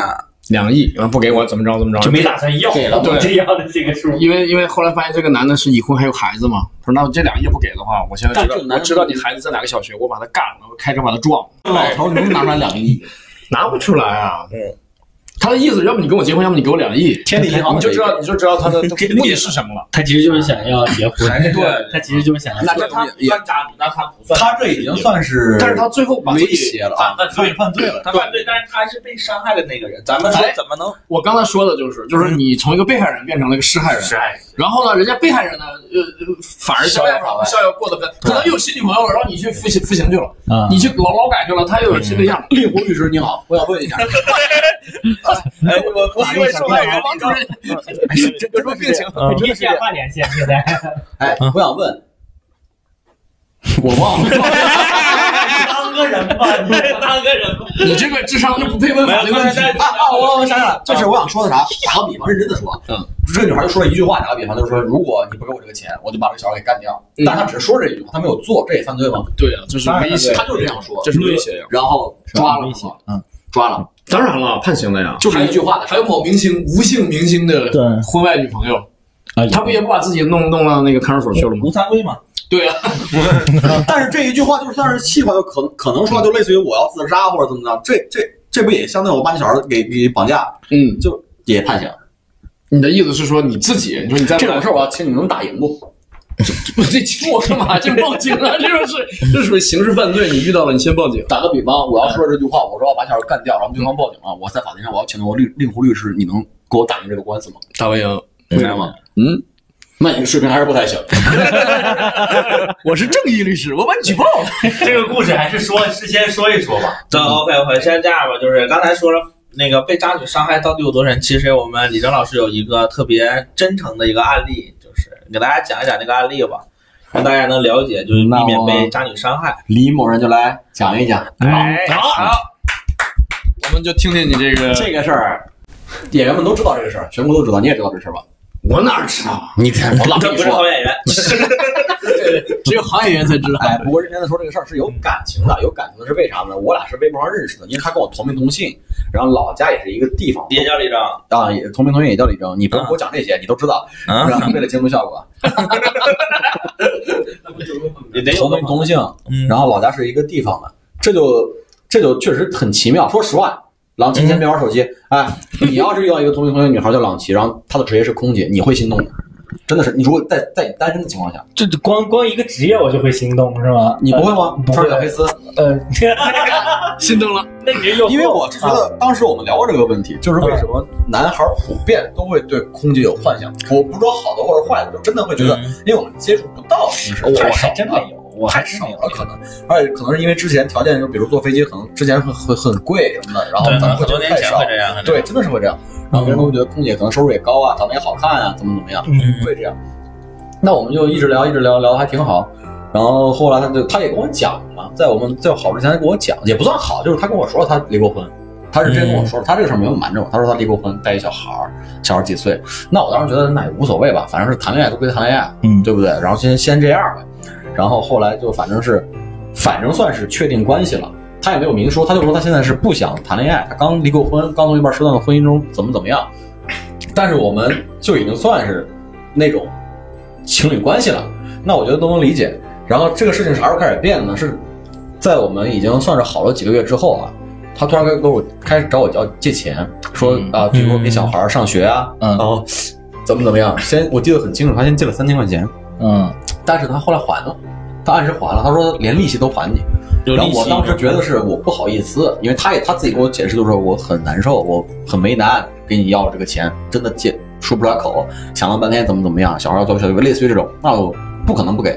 E: 两亿，然后不给我怎么着怎么着，
F: 就没打算要
G: 给了
E: 对
F: 这样的这个数。
E: 因为因为后来发现这个男的是已婚还有孩子嘛，他说那我这两亿不给的话，我现在知道
G: 但这个男
E: 我
G: 的
E: 知道你孩子在哪个小学，我把他干了，我开车把他撞了，
G: 老头能拿出来两个亿，
E: 拿不出来啊。
D: 嗯，
E: 他的意思，要么你跟我结婚，要么你给我两亿，
F: 天理
G: 银行
E: 你就知道你就知道他的目的是什么了。
F: 他其实就是想要结婚，
D: 还是对
F: 他其实就是想要
D: 那这他不算渣女，那他不算，
J: 他这已经算是
E: 但是他最后把
D: 威
E: 自己
D: 胁了啊
C: 犯。犯
J: 犯
C: 罪，
J: 犯罪 了。
D: 他犯罪，但是他是被伤害的那个人，咱们
G: 哎
D: 说怎么能
E: 我刚才说的就是，就是
G: 嗯
E: 你从一个被害人变成了一个施害人，
C: 是爱，
E: 然后呢，人家被害人呢，呃，呃反而逍遥法外，逍遥过得很，可能又有新女朋友，然后你去服刑服刑去了，
F: 啊
E: 你去劳劳改去了，他又有新对象。
G: 令狐律师你好，我想问一下，
D: 哎，我我因为受害人，
E: 王主任，
D: 这有什么病情？
E: 嗯
F: 一线换连线，现在
G: 哎，我想问，
E: 我忘了，
F: 当个人吧，你当个人吧。
E: 你这个智商就不配问法律问题。
G: 啊啊，我我想起来了，这事我想说的啥？打个比方，认真的说，
E: 啊嗯，
G: 这女孩就说了一句话，打个比方就是说，如果你不给我这个钱，我就把这个小孩给干掉。
E: 嗯
G: 但她只是说这一句话，她没有做，这也犯罪吗？
E: 对啊，这是威胁，
G: 她就是这样说，
E: 这是啊威胁呀。
G: 然后抓了
F: 威
G: 吗
F: 胁，嗯，
G: 抓了，
E: 当然了，判刑了呀。
G: 就是一句话的事
E: 还有某明星无姓明星的
F: 对
E: 婚外女朋友，
F: 啊
E: 他不也不把自己弄弄到那个看守所去了吗？
D: 吴三桂嘛，
E: 对啊，
G: 儿。但是这一句话就算是气话，就可能可能说就类似于我要自杀或者怎么着，这这这不也相当于我把你小孩给给绑架
E: 嗯，
G: 也判刑？
E: 你的意思是说你自己，你说你在
G: 这种事儿我要请你能打赢不？
E: 不 这请我干嘛？这报警啊，这就是这属于刑事犯罪，你遇到了你先报警。
G: 打个比方，我要说这句话，我说要把小孩干掉，然后对方报警了，我在法庭上我要请求律令狐律师，你能给我打赢这个官司吗？
E: 大卫啊，
G: 明白吗？
E: 嗯，
G: 那你的水平还是不太行。
E: 我是正义律师，我把你举报了。
C: 这个故事还是说事先说一说吧。
D: 对，OK OK，现在这样吧，就是刚才说了那个被渣女伤害到底有多深，其实我们李征老师有一个特别真诚的一个案例，就是给大家讲一讲这个案例吧，让大家能了解，就是避免被渣女伤害。
G: 李某人就来讲一讲
E: 嗯
D: 哎，好，
E: 我们就听听你这个，
G: 这个事儿。演员们都知道这个事儿，全国都知道，你也知道这事儿吧？
E: 我哪知道啊？
G: 你看，我老
D: 这
G: 跟你
D: 不是
G: 说，
D: 好演 员，
G: 只有行业人才知道。哎，不过认真的说，这个事儿是有感情的，有感情的是为啥呢？我俩是微博上认识的，因为他跟我同名同姓，然后老家也是一个地方
D: 也叫李征
G: 啊，也同名同姓也叫李征。你不用给我讲这些，你都知道，
D: 啊，
G: 然后为了节目效 果，
D: 也得有
G: 同
D: 个
G: 名同姓，
D: 嗯，
G: 然后老家是一个地方的，这就这就确实很奇妙。说实话，朗琪先别玩手机，
D: 嗯
G: 哎，你要是遇到一个同名同姓女孩叫朗琪，然后她的职业是空姐，你会心动的，真的是。你如果在在你单身的情况下，
F: 这光光一个职业我就会心动是吗？
G: 你不会吗？
F: 不
G: 穿
F: 会
G: 小黑丝，
F: 呃，
E: 心动了。
F: 那你 就
G: 因为我是觉得当时我们聊过这个问题，
F: 嗯
G: 就是为什么男孩普遍都会对空姐有幻想。我不说好的或者坏的，就真的会觉得，因为我们接触不到，平时
F: 嗯我
G: 太少
F: 还
G: 了
F: 真没有，我还
G: 太
F: 真
G: 少
F: 没有
G: 了，可能，而且可能是因为之前条件，就比如坐飞机，可能之前会会很贵什么的，然后
D: 对，
G: 咱们
D: 很
G: 会觉
D: 多
G: 得
D: 年
G: 太
D: 前
G: 少
D: 会。这样，可能
G: 对，真的是会这样。然后别人都会觉得空姐可能收入也高啊，长得也好看啊，怎么怎么样，
F: 嗯
G: 会这样。那我们就一直聊，一直聊，聊的还挺好。然后后来他就他也跟我讲了，在我们在好之前他跟我讲，也不算好，就是他跟我说了他离过婚，他是真跟我说了，他这个事儿没有瞒着我，他说他离过婚，带一小孩儿，小孩儿几岁。那我当时觉得那也无所谓吧，反正是谈恋爱都归谈恋爱，
F: 嗯
G: 对不对？然后先先这样呗，然后后来就反正是，反正算是确定关系了。他也没有明说，他就说他现在是不想谈恋爱，他刚离过婚，刚从一段失散的婚姻中怎么怎么样。但是我们就已经算是那种情侣关系了，那我觉得都能理解。然后这个事情啥时候开始变呢？是在我们已经算是好了几个月之后啊，他突然跟跟我开始找我要借钱，说
C: 嗯
G: 啊，比如说给小孩儿上学啊，
F: 嗯
G: 然后怎么怎么样，先我记得很清楚，他先借了三千块钱，
F: 嗯，
G: 但是他后来还了，他按时还了，他说连利息都还你。然后我当时觉得是我不好意思，因为他也他自己跟我解释，就是说我很难受，我很为难，给你要这个钱，真的借说不出来口，想了半天怎么怎么样，小孩要交学费，类似于这种，那我不可能不给，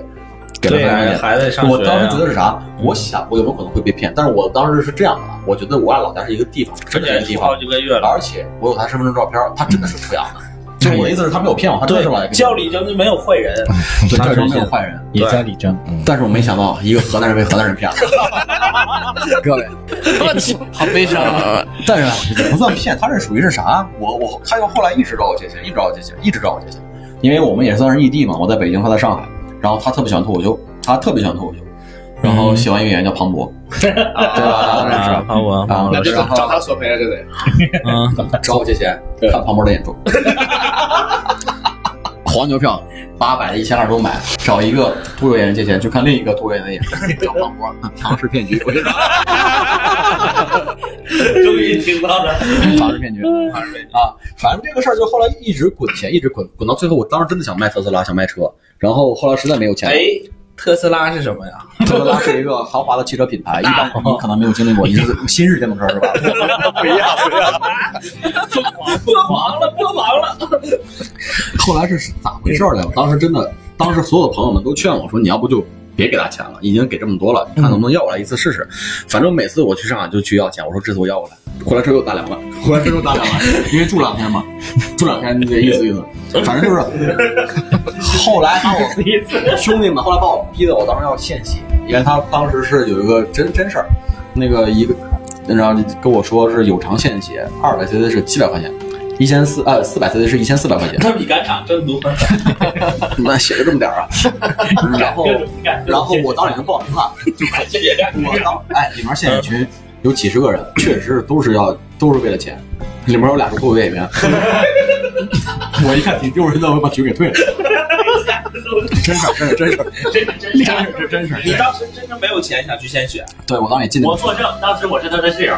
G: 给了
D: 对
G: 三千块
D: 呀，
G: 钱。
D: 孩子上学呀，啊
G: 我当时觉得是啥？我想我有没有可能会被骗？但是我当时是这样的啊，我觉得我爱老家是一个地方，真
D: 而
G: 的是一个地
D: 且出
G: 方
D: 好，几个月了，
G: 而且我有他身份证照片，他真的是富阳的。就我的意思是，他没有骗我，他真的
D: 对
G: 是老家，
D: 教里就没有坏人，
G: 对
F: 他
G: 这
F: 真
G: 人没有
F: 是
G: 坏人。嗯
F: 也
D: 对
F: 叫李征，
G: 但是我没想到，一个河南人被河南人骗了。各位，
E: 我去，好悲伤啊！
G: 但是也不算骗，他这属于是啥？我我他又后来一直找我借钱，一直找我借钱，一直找我借钱，因为我们也算是异地嘛，我在北京，他在上海，然后他特别喜欢脱口秀，他特别喜欢脱口秀，然后喜欢一个演员叫庞博，对吧？当然是。
D: 啊，我
G: 然后
E: 那就是
G: 然后
E: 照他索赔啊了，这得。
D: 嗯，
G: 找我借钱
E: 对
G: 看庞博的 演出，黄牛票八百、一千二都买，找一个脱口秀演员借钱去看另一个脱口秀演员的演 出，叫庞博，庞氏骗局，我就
D: 终于听到了，
G: 庞氏骗局，庞氏骗局啊！反正这个事儿就后来一直滚钱，一直滚，滚到最后，我当时真的想卖特斯拉，想卖车，然后后来实在没有钱了
D: 哎，，特斯拉是什么呀？
G: 特斯拉是一个豪华的汽车品牌，一般你可能没有经历过，你是新式电动车是 吧？
C: 不一样，不一样。
D: 破防了，破防了，
G: 后来是咋回事儿来？我当时真的，当时所有的朋友们都劝我说，你要不就别给他钱了，已经给这么多了，你看能不能要过来一次试试。反正每次我去上海就去要钱，我说这次我要过来。回来之后又打两 万，回来之后又打两万，因为住两天嘛，住两天这意思意思，反正 就是。后来把我兄弟们后来把我逼的，我当时要献血，因为他当时是有一个真真事儿，那个一个，然后跟我说是有偿献血，二百 cc 是七百块钱，一千四呃四百 cc 是一千四百块钱。
D: 那比赶场 挣多，
G: 那写的这么点 儿啊，然后
D: 各种感觉
G: 然后我当时也是不好听 了，
D: 谢谢
G: 我当哎里面现一群有几十个人，确实都是要都是为了钱，里面有俩是脱口 秀演 员，我一看挺丢人的，我把群给退了，真事儿真事儿真事儿
D: 这个真是。
G: 这真事儿，
D: 你当时真正没有钱想去献血，
G: 对我当时也进去
C: 我，作证，当时我是他的室友。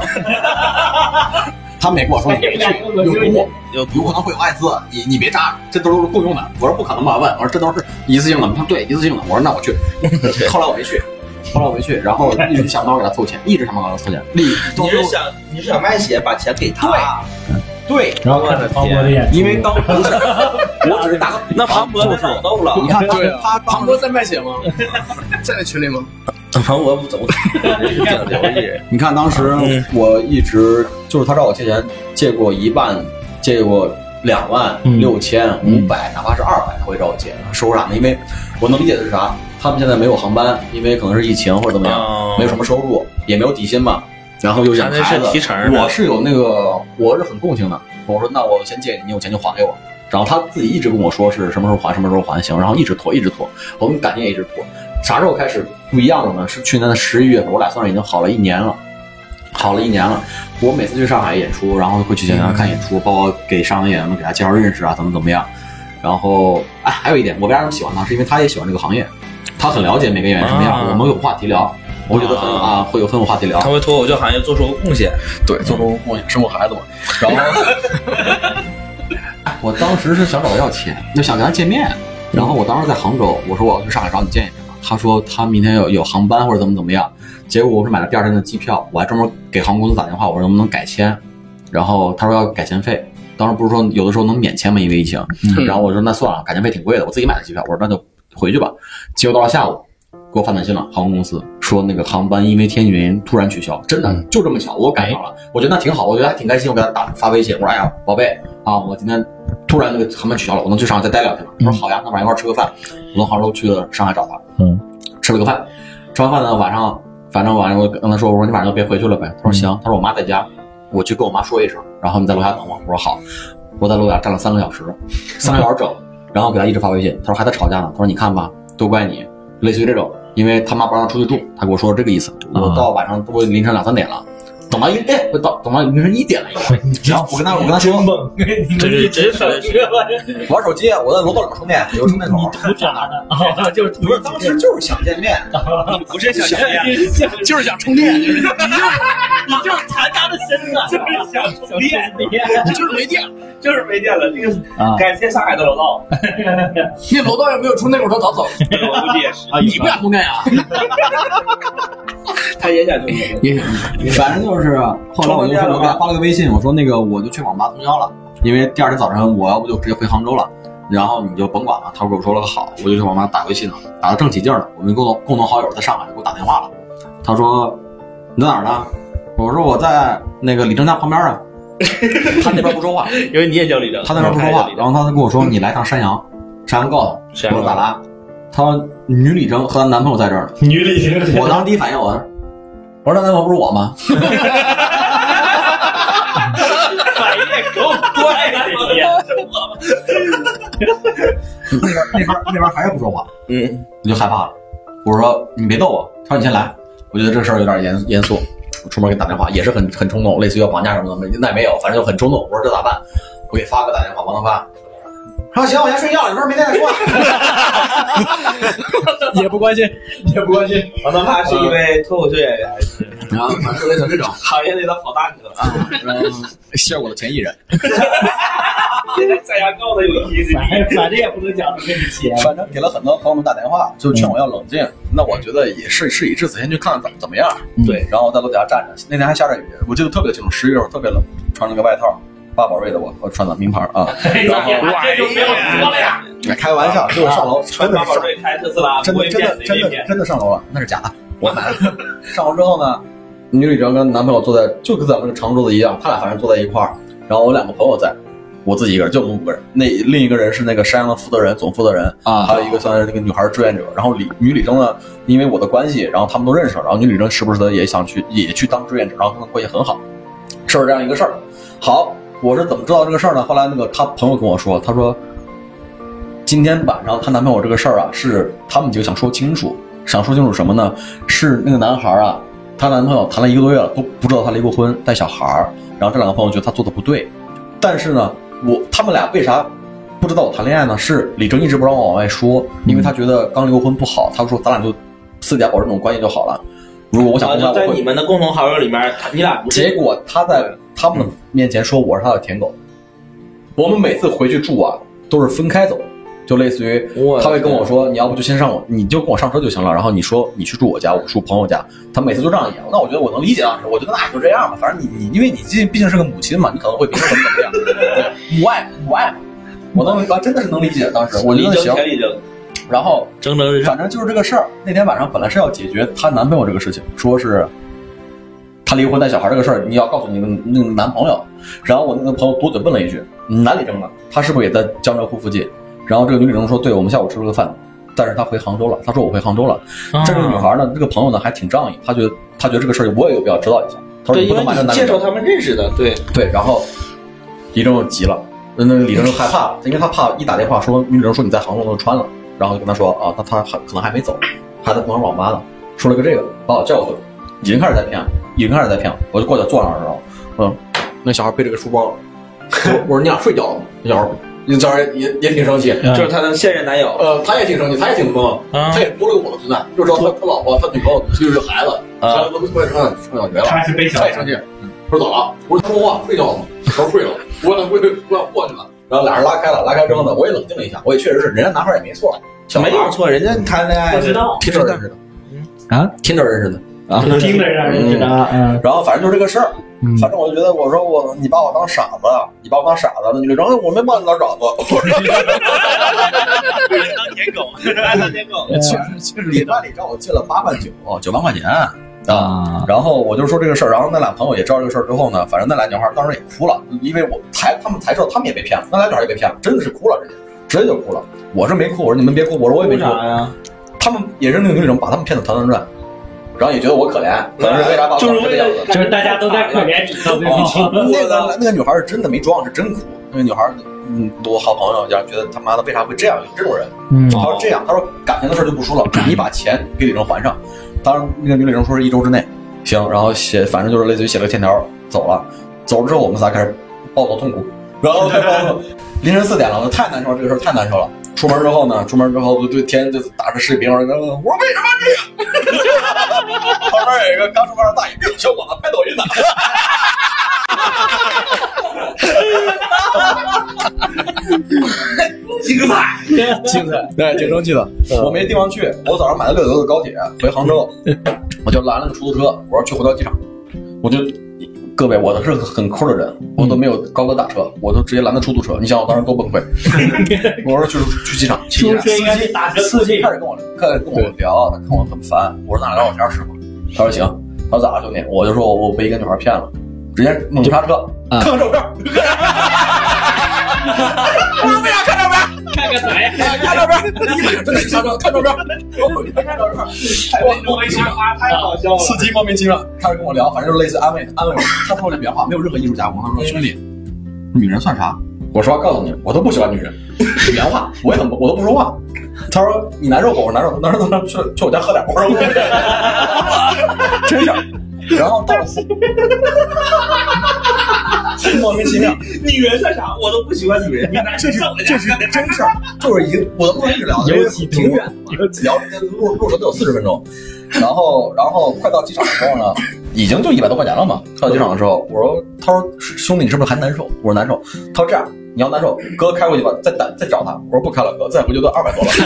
G: 他们也跟我
D: 哎
G: 说你别去，有毒。有有可能会有艾滋，你你别扎，这都是共用的。我说不可能吧？问我说这都是一次性的吗？他说对，一次性的。我说那我去，后来我没去，后来我没去，然后一直想办法给他凑钱，一直想办法给他凑钱，立到最
D: 你是
G: 后
D: 想你是想卖血把钱给他？
G: 对，
F: 然后看着庞博的演出，
G: 因为当不是，我只是打个比
D: 那
G: 方
D: 庞博
G: 就
D: 的
G: 是
D: 脑洞了，
G: 你看
E: 对啊
G: 他他
E: 庞
G: 当时
E: 博在卖血吗？在那群里吗？
D: 庞博不走，你看刘艺人，
G: 你看当时
D: 嗯
G: 我一直就是他找我借钱，借过一万，借过两万、六千、五
D: 嗯
G: 百，哪怕是二百，他会找我借，收啥呢？因为我能理解的是啥？他们现在没有航班，因为可能是疫情或者怎么样，
D: 哦
G: 没有什么收入，也没有底薪嘛。然后又养
D: 他
G: 孩
D: 啊那
G: 子
D: 是提成，的
G: 我是有那个，我是很共情的。我说那我先借你，你有钱就还给我。然后他自己一直跟我说是什么时候还，什么时候还行，然后一直拖，一直拖。我们感情也一直拖。啥时候开始不一样了呢？是去年的十一月份，我俩算是已经好了一年了，好了一年了。我每次去上海演出，然后会去请他看演出，包括给上海演员们给他介绍认识啊，怎么怎么样。然后，哎，还有一点，我为啥那么喜欢他，是因为他也喜欢这个行业，他很了解每个演员什么样，
D: 啊
G: 我们有话题聊，我觉得很
D: 啊
G: 啊，会有很有话题聊。
D: 他为脱口秀行业做出贡献。
G: 对，做出贡献，生过孩子嘛。然 后我当时是想找他要钱，就想跟他见面。然后我当时在杭州，我说我要去上海找你见一面吧。他说他明天有有航班或者怎么怎么样。结果我是买了第二天的机票，我还专门给航空公司打电话，我说能不能改签。然后他说要改签费，当时不是说有的时候能免签吗？因为疫情。然后我说那算了，改签费挺贵的，我自己买的机票。我说那就回去吧。结果到了下午，给我发短信了，航空公司说那个航班因为天云突然取消，真的就这么巧，我赶上了，我觉得那挺好，我觉得还挺开心，我给他打发微信，我说哎呀宝贝啊，我今天突然那个航班取消了，我能去上海再待两天吗？他说好呀，那晚上一块儿吃个饭，我从杭州去了上海找他，
F: 嗯，
G: 吃了个饭，吃完饭呢晚上，反正晚上我跟他说我说你晚上就别回去了呗，他说行，他说我妈在家，我去跟我妈说一声，然后你在楼下等我，我说好，我在楼下站了三个小时，三个小时整，然后给他一直发微信，他说还在吵架呢，他说你看吧，都怪你，类似于这种，因为他妈不让他出去住，他跟我说这个意思。我到晚上都凌晨两三点了，等到一哎，不到等到凌晨一点了，然后我跟他啊我跟他说，
F: 猛，你
K: 对对真是
G: 玩手机，我在楼道里边充电，有充电口。
F: 图啥呢？啊，就是图
G: 不是，当时就是想见面，
C: 不是想见面，
E: 就是想充电，就是
F: 你就是馋他的心呐，
C: 就是想充电，
E: 就是没电。
C: 就是没电了。那个
F: 啊
C: 感谢上海的楼道，
G: 那楼道要没有充电口，他早走。 啊
C: 我估计也是。
G: 你不想充电呀？
D: 他也想这么多
G: 也反正就是后来我就说我给他发了个微信，我说那个我就去网吧通宵了，因为第二天早上我要不就直接回杭州了。然后你就甭管了，他给我说了个好，我就去网吧打游戏呢，打的正起劲儿呢。我们共同共同好友在上海就给我打电话了，他说你在哪儿呢？我说我在那个李正家旁边 啊。他那边不说话，
K: 因为你也叫李正，
G: 他那边不说话，然后他跟我说：“你来趟山阳，山阳告诉
K: 山
G: 我，
K: 阳
G: 我说咋啦？”他说：“女李征和她男朋友在这 儿呢。
F: 女里”
G: 我当时第一反应，我说：“我说她男朋友不是我吗
C: 反应也够快的，你也
G: 那边那边那边还是不说话，
K: 嗯，
G: 我就害怕了。我说：“你别逗我。”他说：“你先来。”我觉得这事儿有点严严肃。我出门给他打电话，也是很很冲动，类似于要绑架什么的，没那也没有，反正就很冲动。我说这咋办？我给发哥打电话，王德发。他说：“行，我先睡觉了，有事儿明天再说。”啊
F: 也不关心，也不关心。
D: 王德发是一位脱口秀演员，
G: 然后反正类似这种，
D: 行业内的好大哥，
G: 然后谢我的前艺人。
D: 在家告的有意思。
F: 反正也不能讲，我跟你切。
G: 反正给了很多朋友们打电话，就劝我要冷静。那我觉得也是事已至此，先去看看怎么怎么样。对，然后在楼底下站着，那天还下着雨，我记得特别清楚，十一月份特别冷，穿了个外套，巴宝瑞的我我穿的名牌啊，
F: 哎呀
C: 这就没有说了呀。
G: 哎开玩笑，就是上楼真的
D: 八
G: 是
D: 宝
G: 上
D: 瑞开特斯拉，
G: 真的真的真的真的上楼了，啊那是假的，我买的。 上楼之后呢，女李哲跟男朋友坐在就跟咱们这个长桌子一样，他俩反正坐在一块儿，然后我两个朋友在。我自己一个人，就我们五个人。那另一个人是那个山羊的负责人，总负责人啊，还有一个算是那个女孩志愿者。然后李女李征呢，因为我的关系，然后他们都认识了。然后女李征时不时的也想去，也去当志愿者，然后他们关系很好，是这样一个事儿。好，我是怎么知道这个事儿呢？后来那个她朋友跟我说，她说今天晚上她男朋友这个事儿啊，是他们几个想说清楚，想说清楚什么呢？是那个男孩儿啊，她男朋友谈了一个多月了，都不知道她离过婚，带小孩儿。然后这两个朋友觉得她做的不对，但是呢，我他们俩为啥不知道我谈恋爱呢？是李征一直不让我往外说，因为他觉得刚离过婚不好，他说咱俩就私底下保持这种关系就好了。如果我想
D: 啊，
G: 跟他，
D: 就
G: 我
D: 在
G: 会
D: 你们的共同好友里面，你俩不是
G: 结果他在他们面前说我是他的舔狗。我们每次回去住啊，都是分开走，就类似于他会跟我说，你要不就先上我，你就跟我上车就行了。然后你说你去住我家，我住朋友家，他每次就这样演。那我觉得我能理解啊，我觉得那也就这样吧，反正你你因为你毕竟毕竟是个母亲嘛，你可能会比我怎么怎么样，对母爱母爱嘛。我能，我真的是能理解当时，我觉得行。
D: 李征，
G: 然后
K: 蒸蒸日上，
G: 反正就是这个事儿。那天晚上本来是要解决她男朋友这个事情，说是她离婚带小孩这个事儿，你要告诉你那个那个男朋友。然后我那个朋友多嘴问了一句：“哪里争的？他是不是也在江浙沪附近？”然后这个女李征说：“对，我们下午吃了个饭，但是她回杭州了。她说我回杭州了。”
D: 嗯啊
G: 这个女孩呢，这个朋友呢还挺仗义，她觉得她觉得这个事儿我也有必要知道一下。她说：“
D: 对，
G: 你不
D: 因
G: 能
D: 为
G: 瞒着
D: 你
G: 男
D: 介
G: 人。
D: 绍他们认识的，对，”
G: 对，然后李征就急了，那那李征就害怕了，因为他怕一打电话说女李征说你在杭州都穿了，然后就跟他说啊，那他还可能还没走，还在朋友网吧呢，说了个这个，把我叫过去了，已经开始在骗，已经开始在骗，我就过去坐那儿了，嗯，那小孩背着个书包， 我我说你俩睡觉了吗？那小孩，那小孩也也挺生气，
D: 就是她的现任男友，
G: 呃，他也挺生气，他也挺懵，他也不了我的存在，就知道他他老婆、他女朋友就是孩子，然后都快上上小学了。
F: 他是被
G: 嗯他也生气，说咋了？我说他说话睡觉了吗？他说睡了。我俩过去，我俩过去了。然后俩人拉开了，拉开之后呢，我也冷静了一下，我也确实是，人家男孩也没错，小孩
D: 没有错，人家谈恋爱
C: 不知道，
G: ，Tinder 认识的，
D: 嗯
F: 啊
G: ，Tinder 认识的。
F: 听着让人知道啊，嗯
G: 然后反正就是这个事儿，
F: 嗯
G: 反正我就觉得，我说我你把我当傻子，啊你把我当傻子，那女的说哎我没把你当傻子，我说
C: 当 舔狗，
D: 当舔狗，
G: 哎确实确实，礼拜里让我借了八万九，九万块钱啊。
F: 啊，
G: 然后我就说这个事儿，然后那俩朋友也知道这个事儿之后呢，反正那俩女孩当时也哭了，因为我才他们才知道他们也被骗了，那俩女孩也被骗了，真的是哭了，直接直接就哭了。我是没哭，我说你们别哭，我说我也没哭。
D: 呀？
G: 他们也是那个女生把他们骗得团团转，然后也觉得我可怜，反正为啥把我
D: 就是
G: 搞成这
D: 为
G: 个样子
D: 了，
F: 就是大家都在可怜你，到最后
G: 哦那
D: 啊
G: 个那个女孩是真的没装，是真哭。那个女孩，嗯，我好朋友，然后觉得他妈的为啥会这样，有这种人。
F: 嗯
G: 他说这样，他说感情的事儿就不说了，你把钱给李正还上。当然，那个女李正说是一周之内，行，然后写，反正就是类似于写了个欠条，走了。走了之后，我们仨开始暴走痛哭，然后凌晨四点了，我太难受了，这个事儿太难受了。出门之后呢，出门之后就对天就打着视频，我说我为什么这样？旁边有一个刚出班的大爷，哎呦小伙子拍抖音呢。
E: 精彩。
G: 对，挺生气的。我没地方去，我早上买了六点多的高铁回杭州，我就拦了个出租车，我说去虹桥机场，我就。各位，我是很抠的人，我都没有高德打车，我都直接拦的出租车。你想我当时多崩溃？我说去去机场，去机场。
F: 应该是打车
G: 司
F: 司
G: 机
F: 机
G: 开始跟我开始跟我聊，他看我很烦，我说那聊会儿天儿师傅，他说行，他说咋了兄弟？我就说我我被一个女孩骗了，直接猛刹车，看看照片儿，
F: 看看谁？
G: 哎看照片儿，一看真的是刹车，看照片儿，我给他看照片儿，我我一下。
F: 太好笑了。
G: 司机莫名其妙开始跟我聊，反正就是类似安慰安慰我。他说了原话，没有任何艺术加工。他说：“兄弟，女人算啥？”我说：“告诉你，我都不喜欢女人。” 原话，我也很我都不说话。他说：“你难受吗？”我说：“难受。”他说：“那去去 我家喝点。”我说：“我不真事儿。”然后到了莫名其妙，
D: 女人算啥？我都不喜欢女人。
G: 这是这是真事儿，就是一我都不能一直聊，因为挺远的嘛，聊路路程都有四十分钟。然后，然后快到机场的时候呢，已经就一百多块钱了嘛。快到机场的时候，我说，他说兄弟，你是不是还难受？我说难受。他说这样，你要难受，哥开回去吧，再打再找他。我说不开了，哥，再回去都二百多了。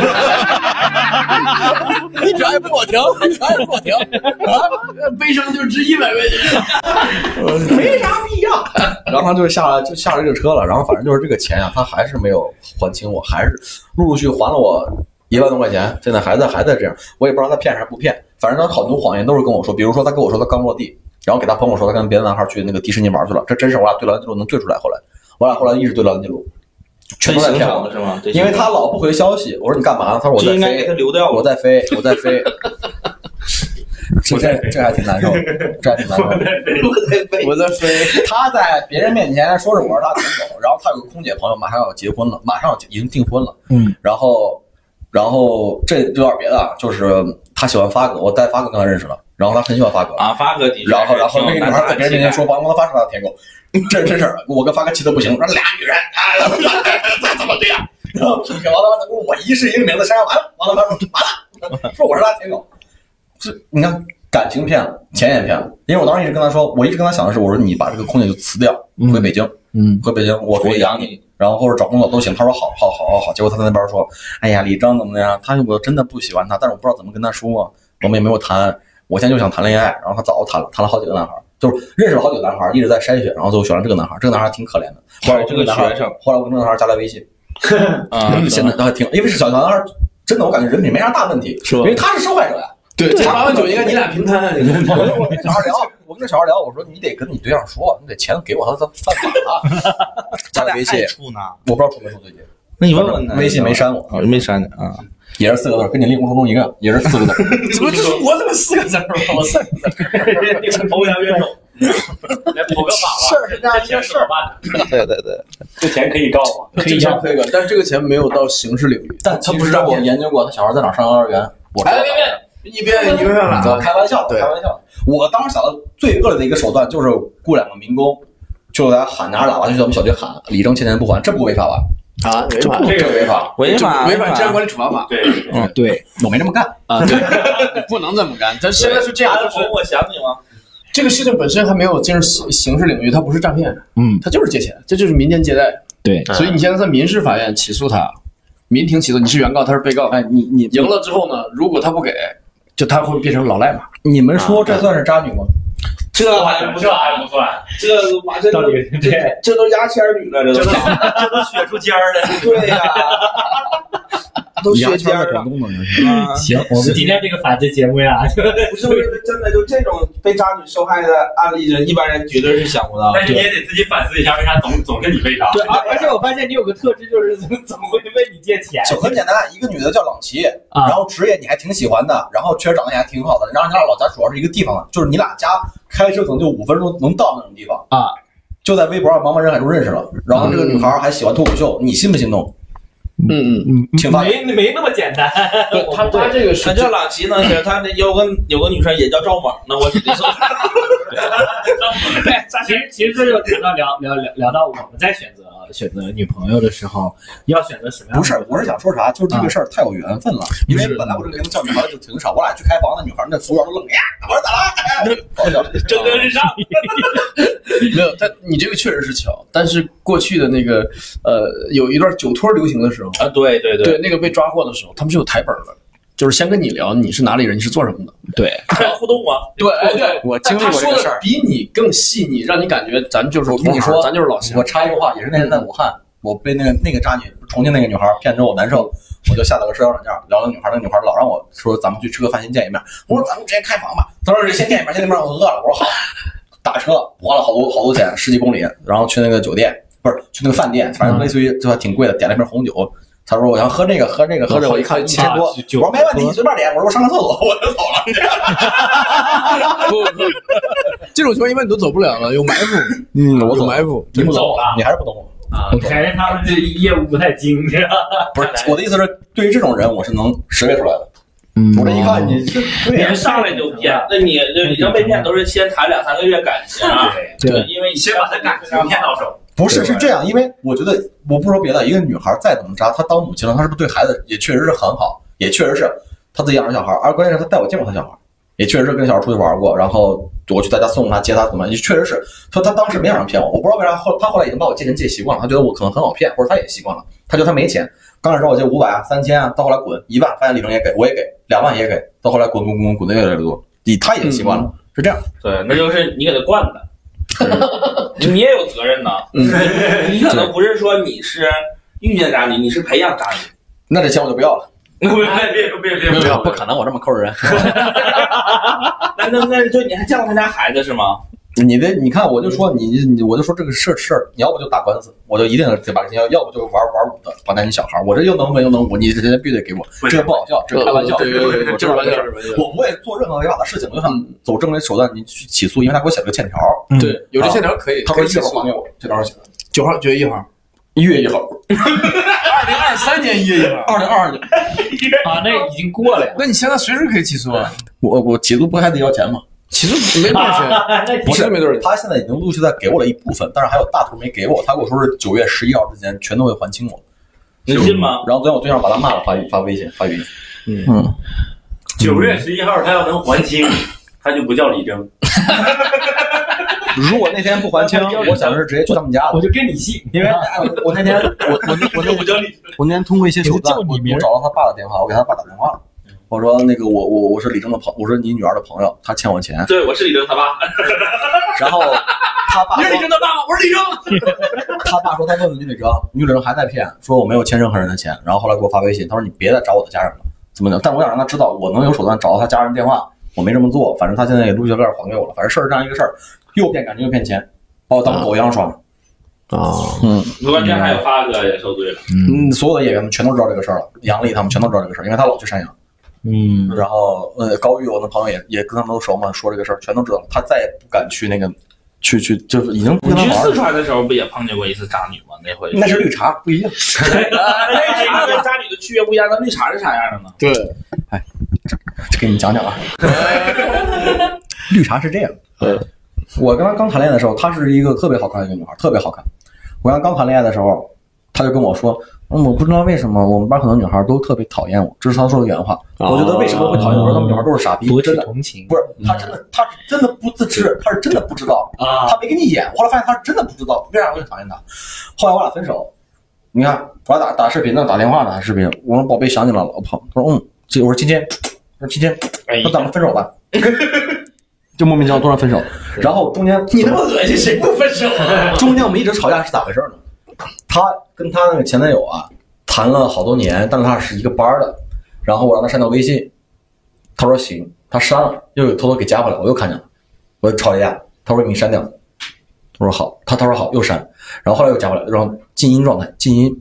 G: 你只要也不给我停，你只要也不给我停，啊
B: 悲伤就值一百块钱。
G: 没啥必要。然后他就下来，就下了这个车了。然后反正就是这个钱啊，他还是没有还清我，还是陆陆续续还了我一万多块钱。现在还在还在这样，我也不知道他骗还是不骗。反正他好多谎言都是跟我说，比如说他跟我说他刚落地，然后给他朋友说他跟别的男孩去那个迪士尼玩去了。这真是我俩对聊天记录能对出来。后来我俩后来一直对聊天记录，全都在骗我。
D: 是吗？
G: 因为他老不回消息，我说你干嘛呢？他说我
D: 就
G: 在
D: 应该给
G: 飞
D: 他，留掉
G: 我在飞，我在 飞。这这这还挺难受，这还挺难受。 我在飞。他在别人面前说是我是他舔狗，然后他有个空姐朋友马上要结婚了，马上要结已经订婚了。
F: 嗯，
G: 然后，然后这有点别的，啊，就是他喜欢发哥，我带发哥跟他认识了，然后他很喜欢发哥。
D: 啊，发哥的确。
G: 然后，然后那个女孩在别人面前说，帮帮他发出来的舔狗，这是真事儿。我跟发哥气得不行，我说俩女人，哎，他怎么这样？然后给王老板跟我一式一个名字删完了，王老板说完了，说我是他舔狗。这你看，感情骗了，钱也骗了。因为我当时一直跟他说，我一直跟他想的是，我说你把这个空姐就辞掉，回北京，
F: 嗯，
G: 回北京，我可以养你。然后或者找工作都行，他说好好好好好，结果他在那边说，哎呀，李征怎么怎么样，他我真的不喜欢他，但是我不知道怎么跟他说，我们也没有谈，我现在就想谈恋爱，然后他早就谈了，谈了好几个男孩儿，就是认识了好几个男孩儿，一直在筛选，然后最后选了这个男孩儿，这个男孩儿挺可怜的。后来我跟
D: 这个
G: 男孩儿
D: 学生，
G: 后来我跟这个男孩儿加了微信，
D: 啊，
G: 现在他还挺，因为是小男孩儿，真的我感觉人品没啥大问题，
E: 是吧
G: 因为他是受害者呀。
E: 对，
G: 对
E: 这八万九应该你俩平摊啊，你们
G: 我跟我跟小 孩儿聊，我跟那小孩儿聊，我说你得跟你对象说，你得钱给我，他他犯法了。 加了微信，
D: 处呢？
G: 我不知道出没出最近，
D: 那你问问他，
G: 微信没删我，
D: 啊，没删呢啊。
G: 也是四个字儿，跟你令狐冲一个，也是四 个字儿。
E: 怎么就是我怎么四个字儿？我四个
C: 投降冤种，来投个法吧。
G: 事儿是这样一
C: 这
G: 件
C: 钱
G: 事
C: 怎
G: 儿
C: 么，办呢？
D: 对对对，
C: 这钱可以告吗？
E: 可以要可以，但是这个钱没有到刑事领域。
G: 但他不是让我研究过他小孩在哪上幼儿园，我知道
E: 哎，别别，你别你别上来啊！
G: 开玩笑，
E: 对
G: 开玩笑。我当时想到最恶劣的一个手段就是雇两个民工，就大家喊，拿着喇叭就在我们小区喊“李征欠钱不还”，这不违法吧？
E: 啊，违法，
C: 这
G: 这
C: 个
G: 违法，
D: 违法
E: 违反治安管理处罚法
C: 对，
D: 嗯，对，
G: 我没这么干。
E: 啊！对， 不能这么干。咱现在是这样，
D: 安
E: 就是
D: 红，我想你了。
E: 这个事情本身还没有进入刑刑事领域，它不是诈骗，
F: 嗯，
E: 它就是借钱，这就是民间借贷。
F: 对
E: 所以你现在在民事法院起诉他，民庭起诉你是原告，他是被告。哎，你你赢了之后呢，如果他不给，就他会变成老赖嘛。啊
G: 你们说
F: 啊
G: 这算是渣女吗？
D: 这还不
C: 这
D: 算，
C: 还不算，
D: 这妈这
F: 到
D: 都
F: 底 是这样
D: 这都牙签儿女了，这
C: 这
D: 都
C: 都这都血出尖儿了。
D: 对 呀，都学尖儿了
G: 广东的，
D: 啊！
C: 嗯
F: 行，我们今天这个法制节目呀，
D: 不是不是，真的就这种被渣女受害的案例，人一般人绝对是想不到。
C: 但是你也得自己反思一下，为啥总总是你被杀？
F: 对，而而且我发现你有个特质，就是总总会问你借钱
G: 就很简单，一个女的叫朗琪，
F: 啊
G: 然后职业你还挺喜欢的，然后确实长得也还挺好的，然后你俩老家主要是一个地方的，就是你俩家开车可能就五分钟能到那种地方
F: 啊，嗯
G: 就在微博上茫茫人海中认识了，然后这个女孩还喜欢脱口秀，你心不心动？
E: 嗯嗯，
F: 嗯
G: 请发言
F: 没没那么简单。
E: 对他他这个是
D: 他叫朗奇能行，他那有个有个女生也叫赵猛，那我指 定是。
F: 其实其实这就谈到聊聊聊聊到我们在选择选择女朋友的时候，要选择什么样的？
G: 不是，我是想说啥，就是这
F: 啊
G: 个事儿太有缘分了，因为本来我这个名字叫女孩就挺少，我俩去开房，那女孩那服务员都愣，哎呀，我说咋了？哎搞笑，
C: 蒸蒸日上，
E: 没有他，你这个确实是巧，但是过去的那个呃，有一段酒托流行的时候，
D: 啊，对对
E: 对
D: 对，
E: 那个被抓获的时候，他们是有台本的，就是先跟你聊你是哪里人，你是做什么的。
D: 还要互动吗？
E: 对，哎对，
B: 我
E: 但
B: 经历
E: 他
B: 过这
E: 说
B: 个事
E: 的
B: 儿。
E: 比你更细腻，让你感觉咱就是
G: 我跟你
E: 同行
G: 说
E: 咱就是老乡
G: 我。插一句话，也是那天在武汉，我被那个那个渣女，重庆那个女孩骗之后，我难受，我就下载个社交软件聊那女孩，那女孩老让我说咱们去吃个饭先见一面，我说咱们直接开房吧，她说先见一面，先见一面，我饿了，我说好，打车花了好多好多钱，十几公里，然后去那个酒店，不是去那个饭店，反正类似于就还挺贵的，点了一瓶红酒。她说我想喝这个，喝这哦个，喝这个。我一看七千多，我说没问题，你随便点。我说我上个厕所，我就走了。
E: 不不，这种情况一般你都走不了了，有埋伏。
G: 嗯，我
E: 有
G: 走，
E: 埋伏。
G: 你不懂
C: 走了
G: 你还是不 懂。
C: 啊，
F: 感觉他们这业务不太精致。
G: 不是我的意思是，对于这种人，我是能识别出来的。
E: 嗯
G: 我这一看你是对呀
D: 别上来就 骗，那你就你这被骗都是先谈两三个月感情 啊，
E: 对，
D: 因为你
C: 你先把他感情骗到手，
G: 不是，是这样，因为我觉得，我不说别的，一个女孩再怎么渣，她当母亲了，她是不是对孩子也确实是很好，也确实是她自己养着小孩，而关键是她带我见过她小孩，也确实是跟小孩出去玩过，然后我去她家送她接她怎么，也确实是，说她当时没想让骗我，我不知道为啥后她后来已经把我借钱借习惯了，她觉得我可能很好骗，或者她也习惯了，她觉得她没钱，刚开始让我借五百啊、三千啊，到后来滚一万，发现李正也给，我也给，两万也给，到后来滚滚滚滚的越来越多，你她也习惯了，是这样，
D: 对，那就是你给他惯 的，你也有责任呐。
E: 嗯
D: 你可能不是说你是遇见渣女，你是培养渣女。
G: 那这钱我就不要了，
D: 那不那
C: 别别别
G: 不
C: 别，
G: 要，不可能，我这么抠人。
D: 那那那就你还见过他家孩子是吗？
G: 你的，你看，我就说你，你我就说这个事事儿，你要不就打官司，我就一定得把这些要，要不就玩玩武的，绑架你小孩儿，我这又能文又能武，你这人家必须得给我，
C: 不
G: 这个不好笑，这是开玩笑，
E: 呃哦对对对对，
G: 这
E: 这
G: 是
E: 是
G: 玩
E: 玩笑
G: 笑。，我我也做任何违法的事情，我就想走正规手段，你去起诉，因为他给我写了个欠条儿，
E: 对，有这线条可以。
G: 他说
E: 可以
G: 一
E: 起
G: 号
E: 诉
G: 还给我，这条儿写的
E: 九号九月一号，
G: 一月一号，
E: 二零二三年一月一号。
G: 二零二二年，
F: 啊，那已经过了呀。
E: 那你现在随时可以起诉啊，
G: 我我起诉不还得要钱吗？
E: 起诉没多少 钱，
F: 那
E: 不是没多少钱。
G: 他现在已经陆续在给我了一部分，但是还有大头没给我，他跟我说是九月十一号之前全都会还清我，
D: 你信吗？
G: 然后昨天我对象把他骂了，发发微信发语音，
C: 九月十一号他要能还清，他就不叫李征，
G: 如果那天不还清，我想的是直接去他们家的。
F: 我就跟你信，
G: 因为哎我我那天我我我那
C: 就不叫李征。
G: 我那天通过一些手段，
F: 我就
G: 我
F: 叫
G: 我
F: 你名儿嗯
G: 找到他爸的电话，我给他爸打电话了，我说那个我我我是李征的朋，我是你女儿的朋友，他欠我钱，
D: 对，我是李征他爸。
G: 然后他爸
D: 你是李
G: 说
D: 征他爸吗？我是李征。
G: 他爸说他问问女李征，女李征还在骗，说我没有欠任何人的钱，然后后来给我发微信，他说你别再找我的家人了，怎么的？但我想让他知道我能有手段找到他家人电话，我没这么做，反正他现在也陆续开始还给我了，反正事儿是这样一个事儿，又骗感情又骗钱，把我当狗一样耍。
E: 啊，
G: 嗯，
D: 我关键还有发哥也受罪了。
G: 嗯，所有的演员们全都知道这个事儿了，杨笠他们全都知道这个事儿，因为他老去山羊。
F: 嗯，
G: 然后呃，高玉我那朋友也也跟他们都熟嘛，说这个事儿全都知道了，他再也不敢去那个去去，就是已经不
D: 你
G: 跟他
D: 去
G: 玩
D: 四
G: 了。
D: 川的时候不也碰见过一次渣女吗？那回
G: 那是绿茶，不一样。
D: 哎那茶跟渣女的区别不一样，那绿茶是啥样的呢？
E: 对，
G: 这给你们讲讲啊，绿茶是这样。对，我跟她刚谈恋爱的时候，她是一个特别好看的一个女孩，特别好看。我跟她刚谈恋爱的时候，她就跟我说，嗯，我不知道为什么我们班很多女孩都特别讨厌我，这是她说的原话。我觉得为什么会讨厌我？我说她们女孩都是傻逼，
F: 博
G: 真
F: 取
G: 的。
F: 同情
G: 不是，他真的，他是真的不自知，他是真的不知道，
F: 啊，
G: 他没跟你演。我后来发现他是真的不知道，为啥我就讨厌他？后来我俩分手，你看我俩打打视频呢，打电话呢，打视频。我说宝贝想你了，老婆。他说嗯，这我说今天，我说今天，
D: 哎
G: 那咱们分手吧。 就莫名其妙突然分手，然后中间你他妈
D: 恶心，谁不分手啊？
G: 中间我们一直吵架是咋回事呢？她跟她那个前男友啊谈了好多年，但是他是一个班儿的，然后我让她删掉微信，她说行，她删了，又偷偷给加回来，我又看见了，我就吵了一架，她说你删掉，我说好，她她说好又删，然后后来又加回来，然后静音状态，静音，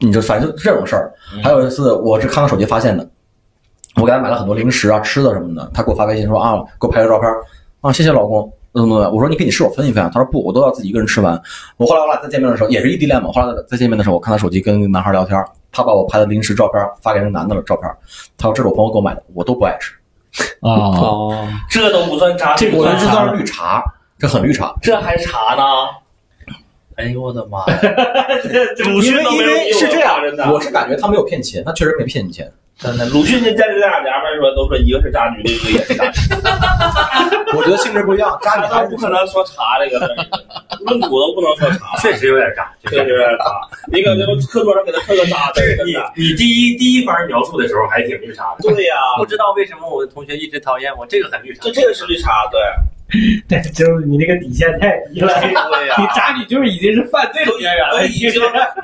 G: 你就反正就这种事儿。
F: 嗯
G: 还有一次我是看她手机发现的，我给她买了很多零食啊、吃的什么的，她给我发微信说啊，给我拍个照片儿啊，谢谢老公。怎么怎么样？我说你给你室友分一份啊，她说不，我都要自己一个人吃完。我后来我俩再见面的时候也是异地恋嘛，后来再见面的时候，我看她手机跟男孩聊天，他把我拍的零食照片发给那男的的照片，他说这是我朋友给我买的，我都不爱吃，
F: 啊，
E: 哦，
D: 这都不算渣，
F: 这
G: 我
F: 不
G: 觉
F: 算
G: 得这
F: 渣
G: 算是绿茶，这很绿茶。
D: 这还查呢？哎呦我的妈呀！ 鲁
G: 因
D: 迅
G: 为
D: 都
G: 因
D: 没有
G: 为是这样
D: 真的。
G: 我是感觉他没有骗钱，他确实没骗你钱。
D: 真的，鲁迅那家这俩娘们说，都说一个是渣女，另一个也是 渣女，
G: 我觉得性质不一样，渣女还
D: 他
G: 是
D: 不可能说查这个字儿，论古都不能说查，
C: 确实有点渣。 就
D: 确
C: 是
D: 实查。你搁这啊个课桌上给他刻个渣字儿，真
C: 你
D: 的。
C: 你第一第一番描述的时候还挺绿茶的，
D: 对呀，
C: 不知道为什么我的同学一直讨厌我，这个很绿茶
D: 就。这个是绿茶，对。
F: 对，就是你那个底线太低了，
D: 对呀
F: 你渣女就是已经是犯罪的边缘
D: 都
F: 了，
D: 已经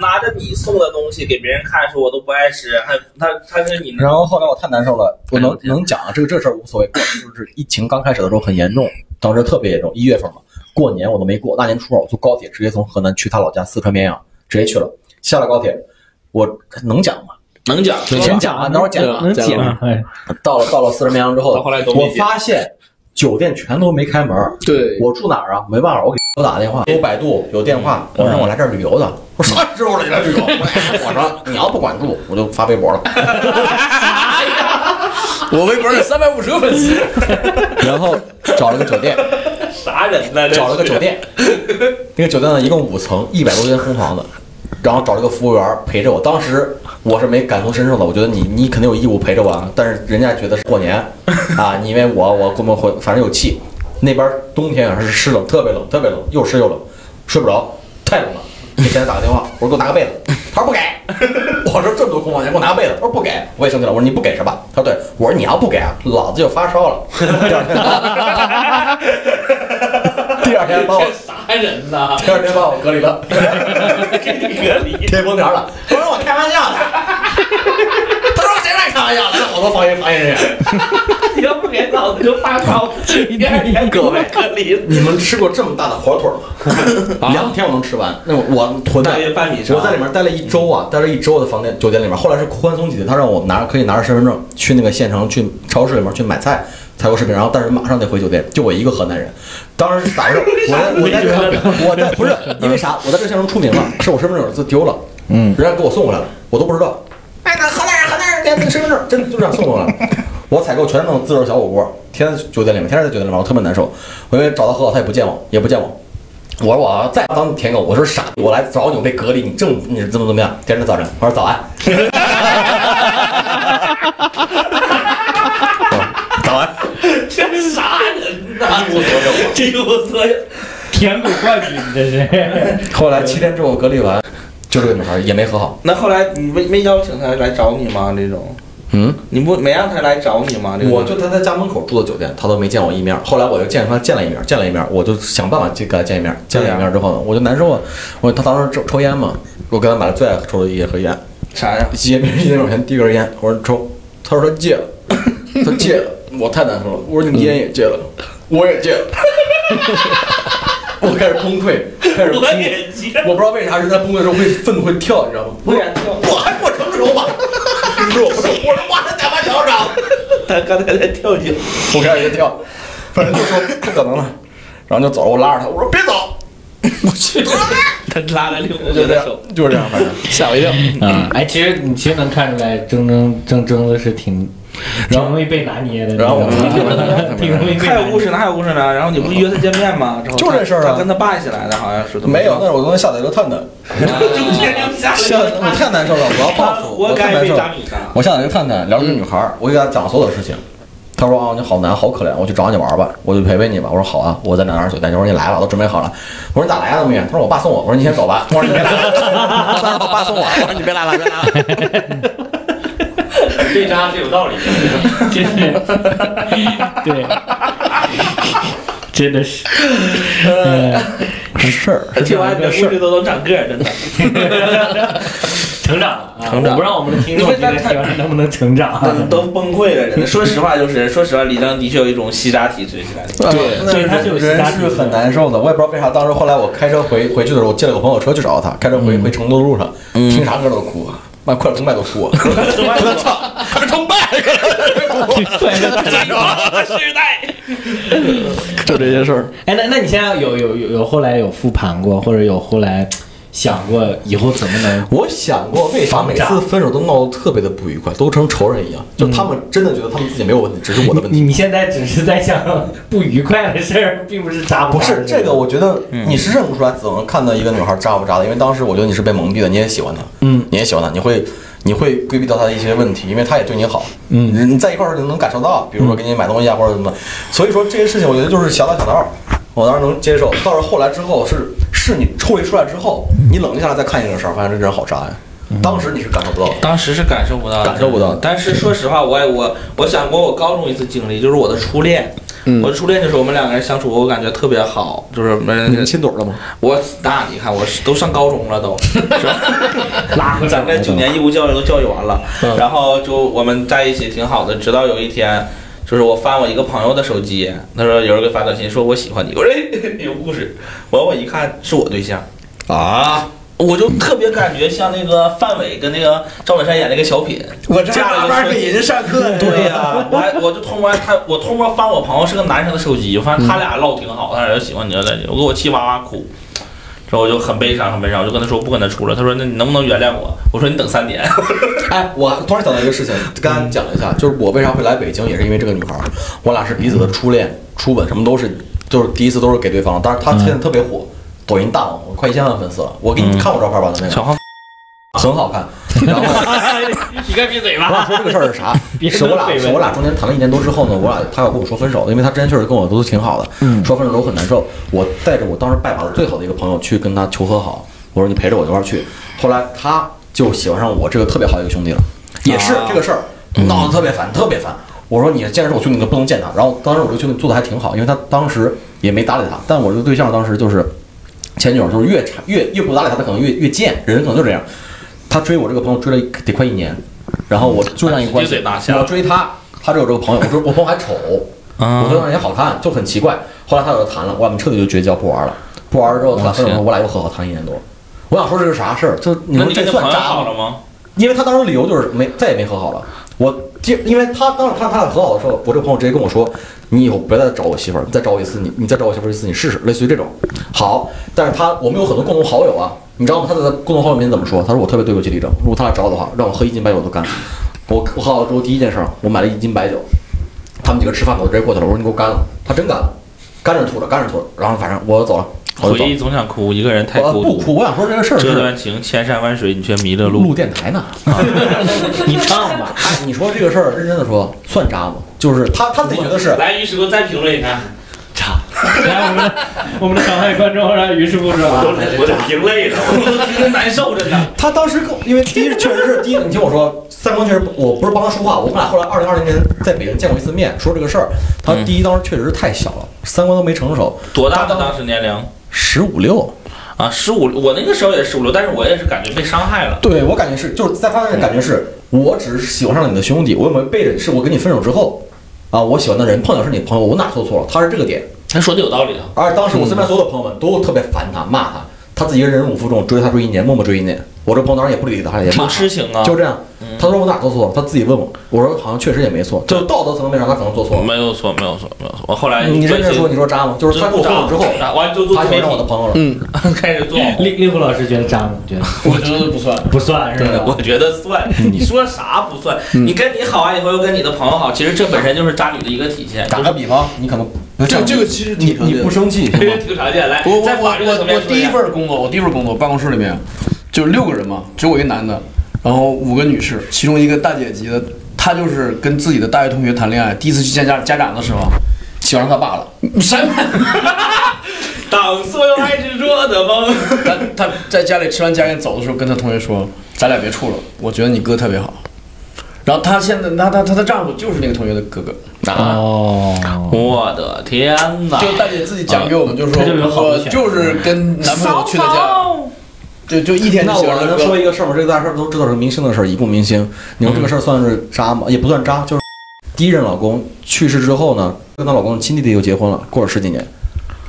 D: 拿着你送的东西给别人看，说我都不爱吃，还他他是你
G: 然后后来我太难受了，我能能讲啊，这个这事儿无所谓。过就是疫情刚开始的时候很严重，当时特别严重，一月份嘛，过年我都没过。那年初二我坐高铁直接从河南去他老家四川绵阳，直接去了。下了高铁，我能讲吗？
D: 能讲
G: 能讲啊，等会儿讲啊。
F: 能解吗？哎，
G: 到了到了四川绵阳之后，
D: 到后来都没
G: 我
D: 解
G: 发现酒店全都没开门儿。
E: 对，
G: 我住哪儿啊？没办法，我给我打电话，有百度，有电话，我让我来这儿旅游的。我说啥时候来这儿旅游？我说你要不管住，我就发微博了。
E: 我微博有三百五十个粉丝，
G: 然后找了个酒店，
D: 啥人呢？
G: 找了个酒店，那个酒店呢一共五层，一百多间空房子。然后找了个服务员陪着我，当时我是没感同身受的，我觉得你你肯定有义务陪着我，啊，但是人家觉得是过年啊，你因为我我过不回，反正有气。那边冬天啊也是湿冷，特别冷，特别冷，又湿又冷，睡不着，太冷了。给前台打个电话，我说给我拿个被子，他说不给。 我说这么多空房间，给我拿个被子，他说不给。我也生气了，我说你不给是吧？他说对，我说你要不给啊，老子就发烧了。 第二天把我
E: 啥人呐？
G: 第二天把我隔离 了，贴封条了。 他说我开玩笑的， 他说谁来开玩笑的？好多防疫防疫人员。
D: 你要不给老子就发烧，你天
G: 各位
D: 隔离。
G: 你们吃过这么大的火腿
E: 啊
G: 吗？两天我能吃完。那我囤的
D: 大，约半米长
G: 我在里面待了一周啊，待了一周的房间酒店里面。后来是宽松几天，他让我拿可以拿着身份证去那个县城去超市里面去买菜。采购视频，然后但是马上得回酒店，就我一个河南人，当时是咋回事？我在我在这个我在不是因为啥？我在这个县城出名了，是我身份证有一次丢了，
E: 嗯，
G: 人家给我送回来了，我都不知道。哎，那河南人，河南人，给那个身份证，真的就这样送过来了。我采购全是那种自热小火锅，天天在酒店里面，天天在酒店里面，我特别难受。我因为找到何好，他也不见我，也不见我。我说我要再当舔狗，我说傻，我来找你，我被隔离，你正你怎么怎么样？第二天早晨，我说早安。早安，
D: 这啥人呐？
G: 一无所有。
D: 这个我操！
F: 舔狗冠军，你这是。
G: 后来七天之后隔离完，就这个女孩也没和好。
D: 那后来你没没邀请他来找你吗？这种
G: 嗯，
D: 你不没让他来找你吗？这
G: 我
D: 种
G: 就在她家门口住的酒店，她都没见我一面。后来我就见她见了一面，见了一面，我就想办法去跟她见一面。见了一面之后呢，我就难受啊。我她当时抽抽烟嘛，我给她买了最爱抽的一盒烟，
D: 啥呀？
G: 一人一人往前递根烟，我说抽，她说她戒了，她戒了，我太难受了。我说你烟也戒了，我也戒了， 我开始崩溃，开始哭。
D: 也接
G: 我不知道为啥人在崩溃的时候会愤怒会跳，你知道吗？
D: 不然跳。
G: 我还不成熟吗？不是我不成，我说我他妈脚掌，
D: 他刚才在跳井，
G: 我开始就跳，反正就说不可能了，然后就走了，我拉着他，我说别走，我去，
D: 他拉了六
G: 就
D: 个
G: 这
D: 的
G: 样
D: 手。，
G: 就是这样， 反正
E: 吓我一跳。
F: 啊，哎，其实你其实能看出来，铮铮铮铮的是挺挺容易被拿捏的，
G: 然后我
F: 你知道吗挺容易被
D: 还
F: 拿
D: 有故
F: 捏。
D: 事呢，还有故事呢。然后你不是约他见面吗？之后
G: 就这事儿啊
D: 他跟他爸一起来的，好像是
G: 没有，那是我刚才下载流探的，下载我太难受了，我要报
D: 他
G: 复，
D: 活
G: 我太
D: 该
G: 难
D: 被
G: 受
D: 渣
G: 了。
D: 女杀。
G: 我下载流探探聊了个女孩儿，我给她讲所有的事情。她说啊，你好难，好可怜，我去找你玩儿吧，我就陪陪你吧。我说好啊，我在哪儿哪儿酒店。我说你来吧，我都准备好了。我说你咋来啊，那么远？她说我爸送我。我说你先走吧。我说你别 来了，她说我爸送我。我说你别来了，别来了。
C: 这渣是有道理的。
F: 真的，对，真的是，呃，
G: 事儿，
D: 听完你的故事都能长个儿，真的。
F: 成长了，
D: 成长
F: 啊我不知道我们的听众
D: 因为
F: 今天
D: 他
F: 听完能不能成长啊？
D: 都崩溃了，真的。说实话，就是说实话，李章的确有一种吸渣体质起来的。
G: 对
F: 对他是有其
G: 人
F: 他
G: 是很难受的。我也不知道为啥，当时后来我开车回回去的时候，我借了个朋友车去找他，开车回回成都路上，听啥歌都哭，妈快乐崇拜都哭，啊我操，快乐崇拜，
D: 哎时代，
G: 就这些事儿。
F: 哎，那那你现在有有有有后来有复盘过，或者有后来想过以后怎么能？
G: 我想过为啥每次分手都闹得特别的不愉快，都成仇人一样，就他们真的觉得他们自己没有问题，只是我的问
F: 你
G: 题。
F: 你现在只是在想不愉快的事儿，并不是渣
G: 不
F: 不渣的
G: 是
F: 事儿
G: 这个，我觉得你是认不出来怎么看到一个女孩渣不渣的，因为当时我觉得你是被蒙蔽的，你也喜欢她，嗯，你也喜欢她，你会你会规避到她的一些问题，因为她也对你好，嗯，你在一块儿的时候你能感受到，比如说给你买东西啊或者什么的，所以说这些事情我觉得就是小打小闹，我当时能接受，到是后来之后是是你抽离出来之后，你冷静下来再看这个事儿，发现这人好渣呀，当时你是感受不到的。
D: 当时是感受不到的，
G: 感受不到的
D: 但是说实话，我也我我想过我高中一次经历，就是我的初恋。我的初恋就是我们两个人相处，我感觉特别好，就是没
G: 你们
D: 人。
G: 亲嘴了吗？
D: 我那你看，我是都上高中了都，是吧？
F: 拉回
D: 整
F: 来
D: 个九年义务教育都教育完了，然后就我们在一起挺好的，直到有一天。就是我翻我一个朋友的手机，他说有人给我发短信说我喜欢你，我说 哎有故事，完我一看是我对象，
G: 啊，
D: 我就特别感觉像那个范伟跟那个赵本山演那个小品，
G: 我
D: 这样的就是
G: 人上课呀
D: 对呀、我还我就偷摸他，我偷摸翻我朋友是个男生的手机，我发现他俩唠挺好，他俩就喜欢你了，我给我气哇哇哭。之后我就很悲伤，很悲伤，我就跟他说我不跟他处了。他说那你能不能原谅我？我说你等三年。
G: 哎，我突然想到一个事情，刚才讲了一下，就是我为啥会来北京，也是因为这个女孩儿，我俩是彼此的初恋、初吻，什么都是，就是第一次都是给对方。但是她现在特别火，抖音大网红，快一千万粉丝了。我给你看过照片吧，那个
D: 黄，
G: 很好看。然后
F: 你该闭嘴
G: 我俩
F: 吧！
G: 说这个事儿是啥？
F: 别
G: 是我俩
F: 废
G: 是
F: 文
G: 我俩中间谈了一年多之后呢，我俩他要跟我说分手，因为他之前确实跟我都挺好的，
F: 嗯
G: 说分手之后很难受。我带着我当时拜把子最好的一个朋友去跟他求和好，我说你陪着我一块儿去。后来他就喜欢上我这个特别好的一个兄弟了，也是这个事儿闹得特别烦，特别烦。我说你既然是我兄弟，你就不能见他。然后当时我这个兄弟做的还挺好，因为他当时也没搭理他，但我这个对象当时就是前女友，就是越缠越越不搭理他，他可能越越贱，人可能就这样。他追我这个朋友追了一得快一年，然后我就这样一个关
D: 直接
G: 系
D: 嗯嘴拿，下
G: 我追他，他追我这个朋友，我说我朋友还丑，我对象也好看，就很奇怪。后来他俩就谈了，我们彻底就绝交，不玩了。不玩了之后，他俩分手之后，我俩又和好谈一年多。我想说这是啥事儿？就你
D: 那
G: 说
D: 你
G: 这
D: 跟那
G: 算
D: 朋友
G: 渣
D: 好
G: 吗？
D: 了吗？
G: 因为他当时理由就是没再也没和好了。我接，因为他当时看他俩和好的时候，我这个朋友直接跟我说：“你以后别再找我媳妇儿，你再找我一次，你你再找我媳妇儿一次，你试试。”类似于这种。好，但是他我们有很多共同好友啊，你知道吗？他在他共同好友面前怎么说？他说：“我特别对不起李正，如果他俩找我的话，让我喝一斤白酒我都干。”我我和好之后第一件事儿，我买了一斤白酒，他们几个吃饭我就直接过去了，我说：“你给我干了。”他真干了，干着吐着，干着吐着，然后反正我走了，我就
D: 回
G: 走了。
D: 忆总想哭，一个人太
G: 我
D: 孤
G: 不
D: 独。
G: 哭，我想说这个事儿
D: 这
G: 是
D: 段情千山万水，你却迷了路。
G: 录电台呢。
F: 你唱吧，
G: 哎，你说这个事儿，认真的说，算渣吗？就是他他自己觉得是，
D: 来，于师傅再评论一下。
F: 来我们的我们的场外观众让于师傅说
C: 我
F: 完。
C: 都我都听累了，我
D: 我都觉得难受，真的。
G: 他当时跟我因为第一确实是第一，你听我说，三观确实不我不是帮他说话，我们俩后来二零二零年在北京见过一次面，说这个事儿，他第一当时确实是太小了，三观都没成熟，
D: 多大的当时年龄
G: 十五六，
D: 啊？十五，我那个时候也十五六，但是我也是感觉被伤害了。
G: 对我感觉是，就是在他那里感觉是，我只是喜欢上了你的兄弟，我有没有背着你？是我跟你分手之后，啊，我喜欢的人碰巧是你朋友，我哪做错了？他是这个点，
D: 他说的有道理啊，
G: 而当时我身边所有的朋友们都特别烦他，骂他，他自己一个人忍辱负重，追他追一年，默默追一年。我这朋友当时也不理他，也骂
D: 挺
G: 他，
D: 痴情啊。
G: 就这样。他说我哪做错了？他自己问我，我说好像确实也没错，就道德层面上他可能做错了。
D: 没有错，没有错，没有错。我后来
G: 你认真
D: 哎专心
G: 说，你说渣吗？就是他跟我分手之后，
D: 啊完了就做
G: 他
D: 自
G: 喜
D: 媒
G: 欢上我的
D: 体，
G: 朋友了。
D: 开始 做。
F: 令令狐老师觉得渣吗？你觉得
D: 我觉得不算，
F: 不算是 吧？
D: 我觉得算。你说啥不算？你跟你好啊完以后又跟你的朋友好，其实这本身就是渣女的一个体 现。
G: 打个比方，你可能
E: 这这个其实
B: 你你不生气
D: 这
B: 是
D: 是
B: 吗？
D: 挺常见。来，
E: 我我
D: 在法律的
E: 我
D: 层
E: 我
D: 面
E: 我
D: 说
E: 第一
D: 下，
E: 份工作，我第一份工作办公室里面就六个人嘛，只有我一个男的，然后五个女士，其中一个大姐级的，她就是跟自己的大学同学谈恋爱，第一次去见家家长的时候，喜欢上他爸了，什么？
D: 当所有爱执着的梦。
E: 他他在家里吃完家宴走的时候，跟他同学说：“咱俩别处了，我觉得你哥特别好。”然后他现在，他他他的丈夫就是那个同学的哥哥，
G: 啊，
F: 哦，
D: 我的天哪！
E: 就大姐自己讲给我们，就说
F: 这就有好
E: 我
F: 的选择
E: 就是跟男朋友去的家，就就 一天就
G: 那
E: 喜欢
G: 我
E: 上
G: 能
E: 他哥
G: 说。一个事儿吗？这个大家是不是都知道是明星的事儿，已故明星。你说这个事儿算是渣吗？也不算渣，就是第一任老公去世之后呢，跟她老公亲弟弟又结婚了，过了十几年。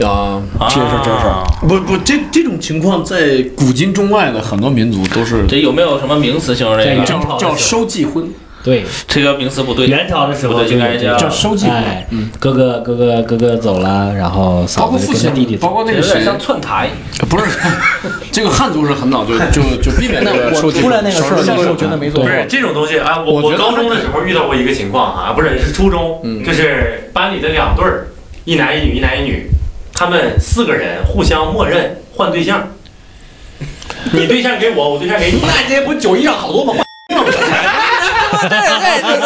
E: 啊，
D: 啊
G: 这是真事儿。
E: 不不，这这种情况在古今中外的很多民族都是
D: 这有没有什么名词形容这个？
F: 这个
B: 啊
E: 叫叫收继婚，
F: 对，
D: 这个名词不对，
F: 元朝的时候
D: 不对
F: 就
D: 应该
F: 有这
D: 叫
F: 个
E: 叫收集。
F: 哎，哥哥哥哥哥哥走了，然后
B: 包
F: 嫂
B: 括
F: 子
B: 父
F: 跟着
B: 亲
F: 弟弟，走
B: 包
F: 了。
B: 括那个
D: 有点
B: 谁，
D: 像窜台。
B: 不是这个汉族是很早就就就避免这个
E: 我
B: 收集
E: 出来那个事儿，
B: 收集
E: 那时候真的没做
C: 不
E: 过。
C: 是这种东西啊，我
B: 我
C: 我
B: 觉得
C: 高中的时候遇到过一个情况啊，不是是初中，就是班里的两对儿，一男一女，一男一女，他们四个人互相默认换对象，你对象给我，我对象给你，
B: 那这不九一上好多吗？
C: 你知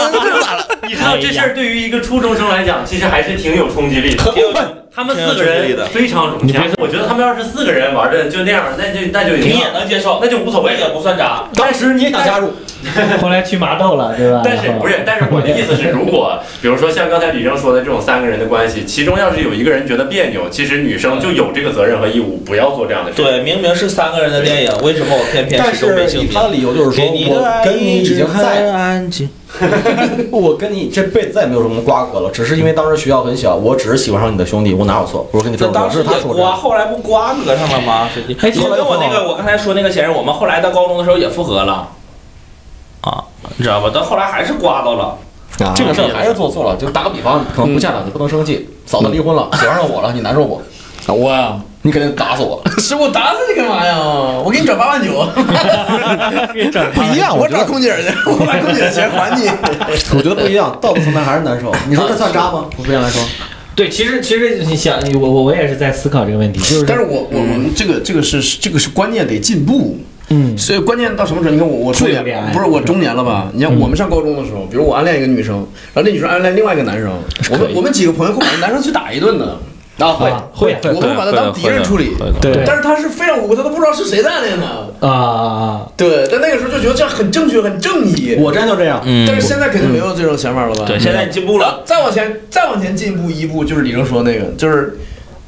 C: 道这事儿对于一个初中生来讲，其实还是挺有冲击力的。挺有他们四个人非常融洽，我觉得他们要是四个人玩的就那样，那就那就
D: 你也能接受，
C: 那就无所谓
D: 也不算渣。
B: 当时你也想加入，
F: 后来去麻豆了，对啊吧？
C: 但是
F: 然后
C: 不是？但是我的意思是，如果比如说像刚才李征说的这种三个人的关系，其中要是有一个人觉得别扭，其实女生就有这个责任和义务，不要做这样的事。，
D: 对，明明是三个人的电影，为什么我偏偏
G: 但
D: 始终没
G: 是
D: 姓
G: 以
D: 名
G: 他？的理由就是说，
D: 给你的
G: 我
D: 爱
G: 跟你已
D: 一直
G: 经在
D: 很安静。
G: 我跟你这辈子再也没有什么瓜葛了，只是因为当时学校很小，我只是喜欢上你的兄弟，我哪有错？我跟你分
D: 那
G: 手，
D: 当时
G: 是他
D: 也
G: 说
D: 瓜，
G: 的。
D: 后来不瓜葛上了吗？神经哎，其实跟我那个我刚才说那个前任，我们后来到高中的时候也复合了，啊，你知道吧？到后来还是瓜到了。
B: 啊
G: 这个事儿还是做错了。就打个比方，可能不恰当，你不能生气。嫂子离婚了，喜欢上我了，你难受不？
E: 我啊，
G: 你肯定打死我。
B: 师傅打死你干嘛呀？我给你转八万九，
G: 不一样，我觉得
B: 空 姐去，我把空姐的钱还你。
G: 我觉得不一样，道德层面还是难受。你说这算 渣吗？我这样来说，
F: 对，其实其实你想，我我我也是在思考这个问题，就是
E: 但是我我们这个这个是这个是观念得进步，
F: 嗯，
E: 所以关键到什么时候？你看我我中
F: 自由恋
E: 年
F: 爱
E: 不是我中年了吧？你看我们上高中的时候，比如我暗恋一个女生，然后那女生暗恋另外一个男生，我们我们几个朋友会把男生去打一顿的。啊，会
F: 啊会
E: 我们会把他当敌人处理，
F: 对
E: 但是他是非常无辜，他都不知道是谁在暗恋他。
F: 啊啊，
E: 对，但那个时候就觉得这样很正确，很正义。
G: 我真就这样。
D: 嗯
E: 但是现在肯定没有这种想法了吧？
D: 对，现在你进步了，
E: 再往前，再往前进一步一步，就是李征说那个，就是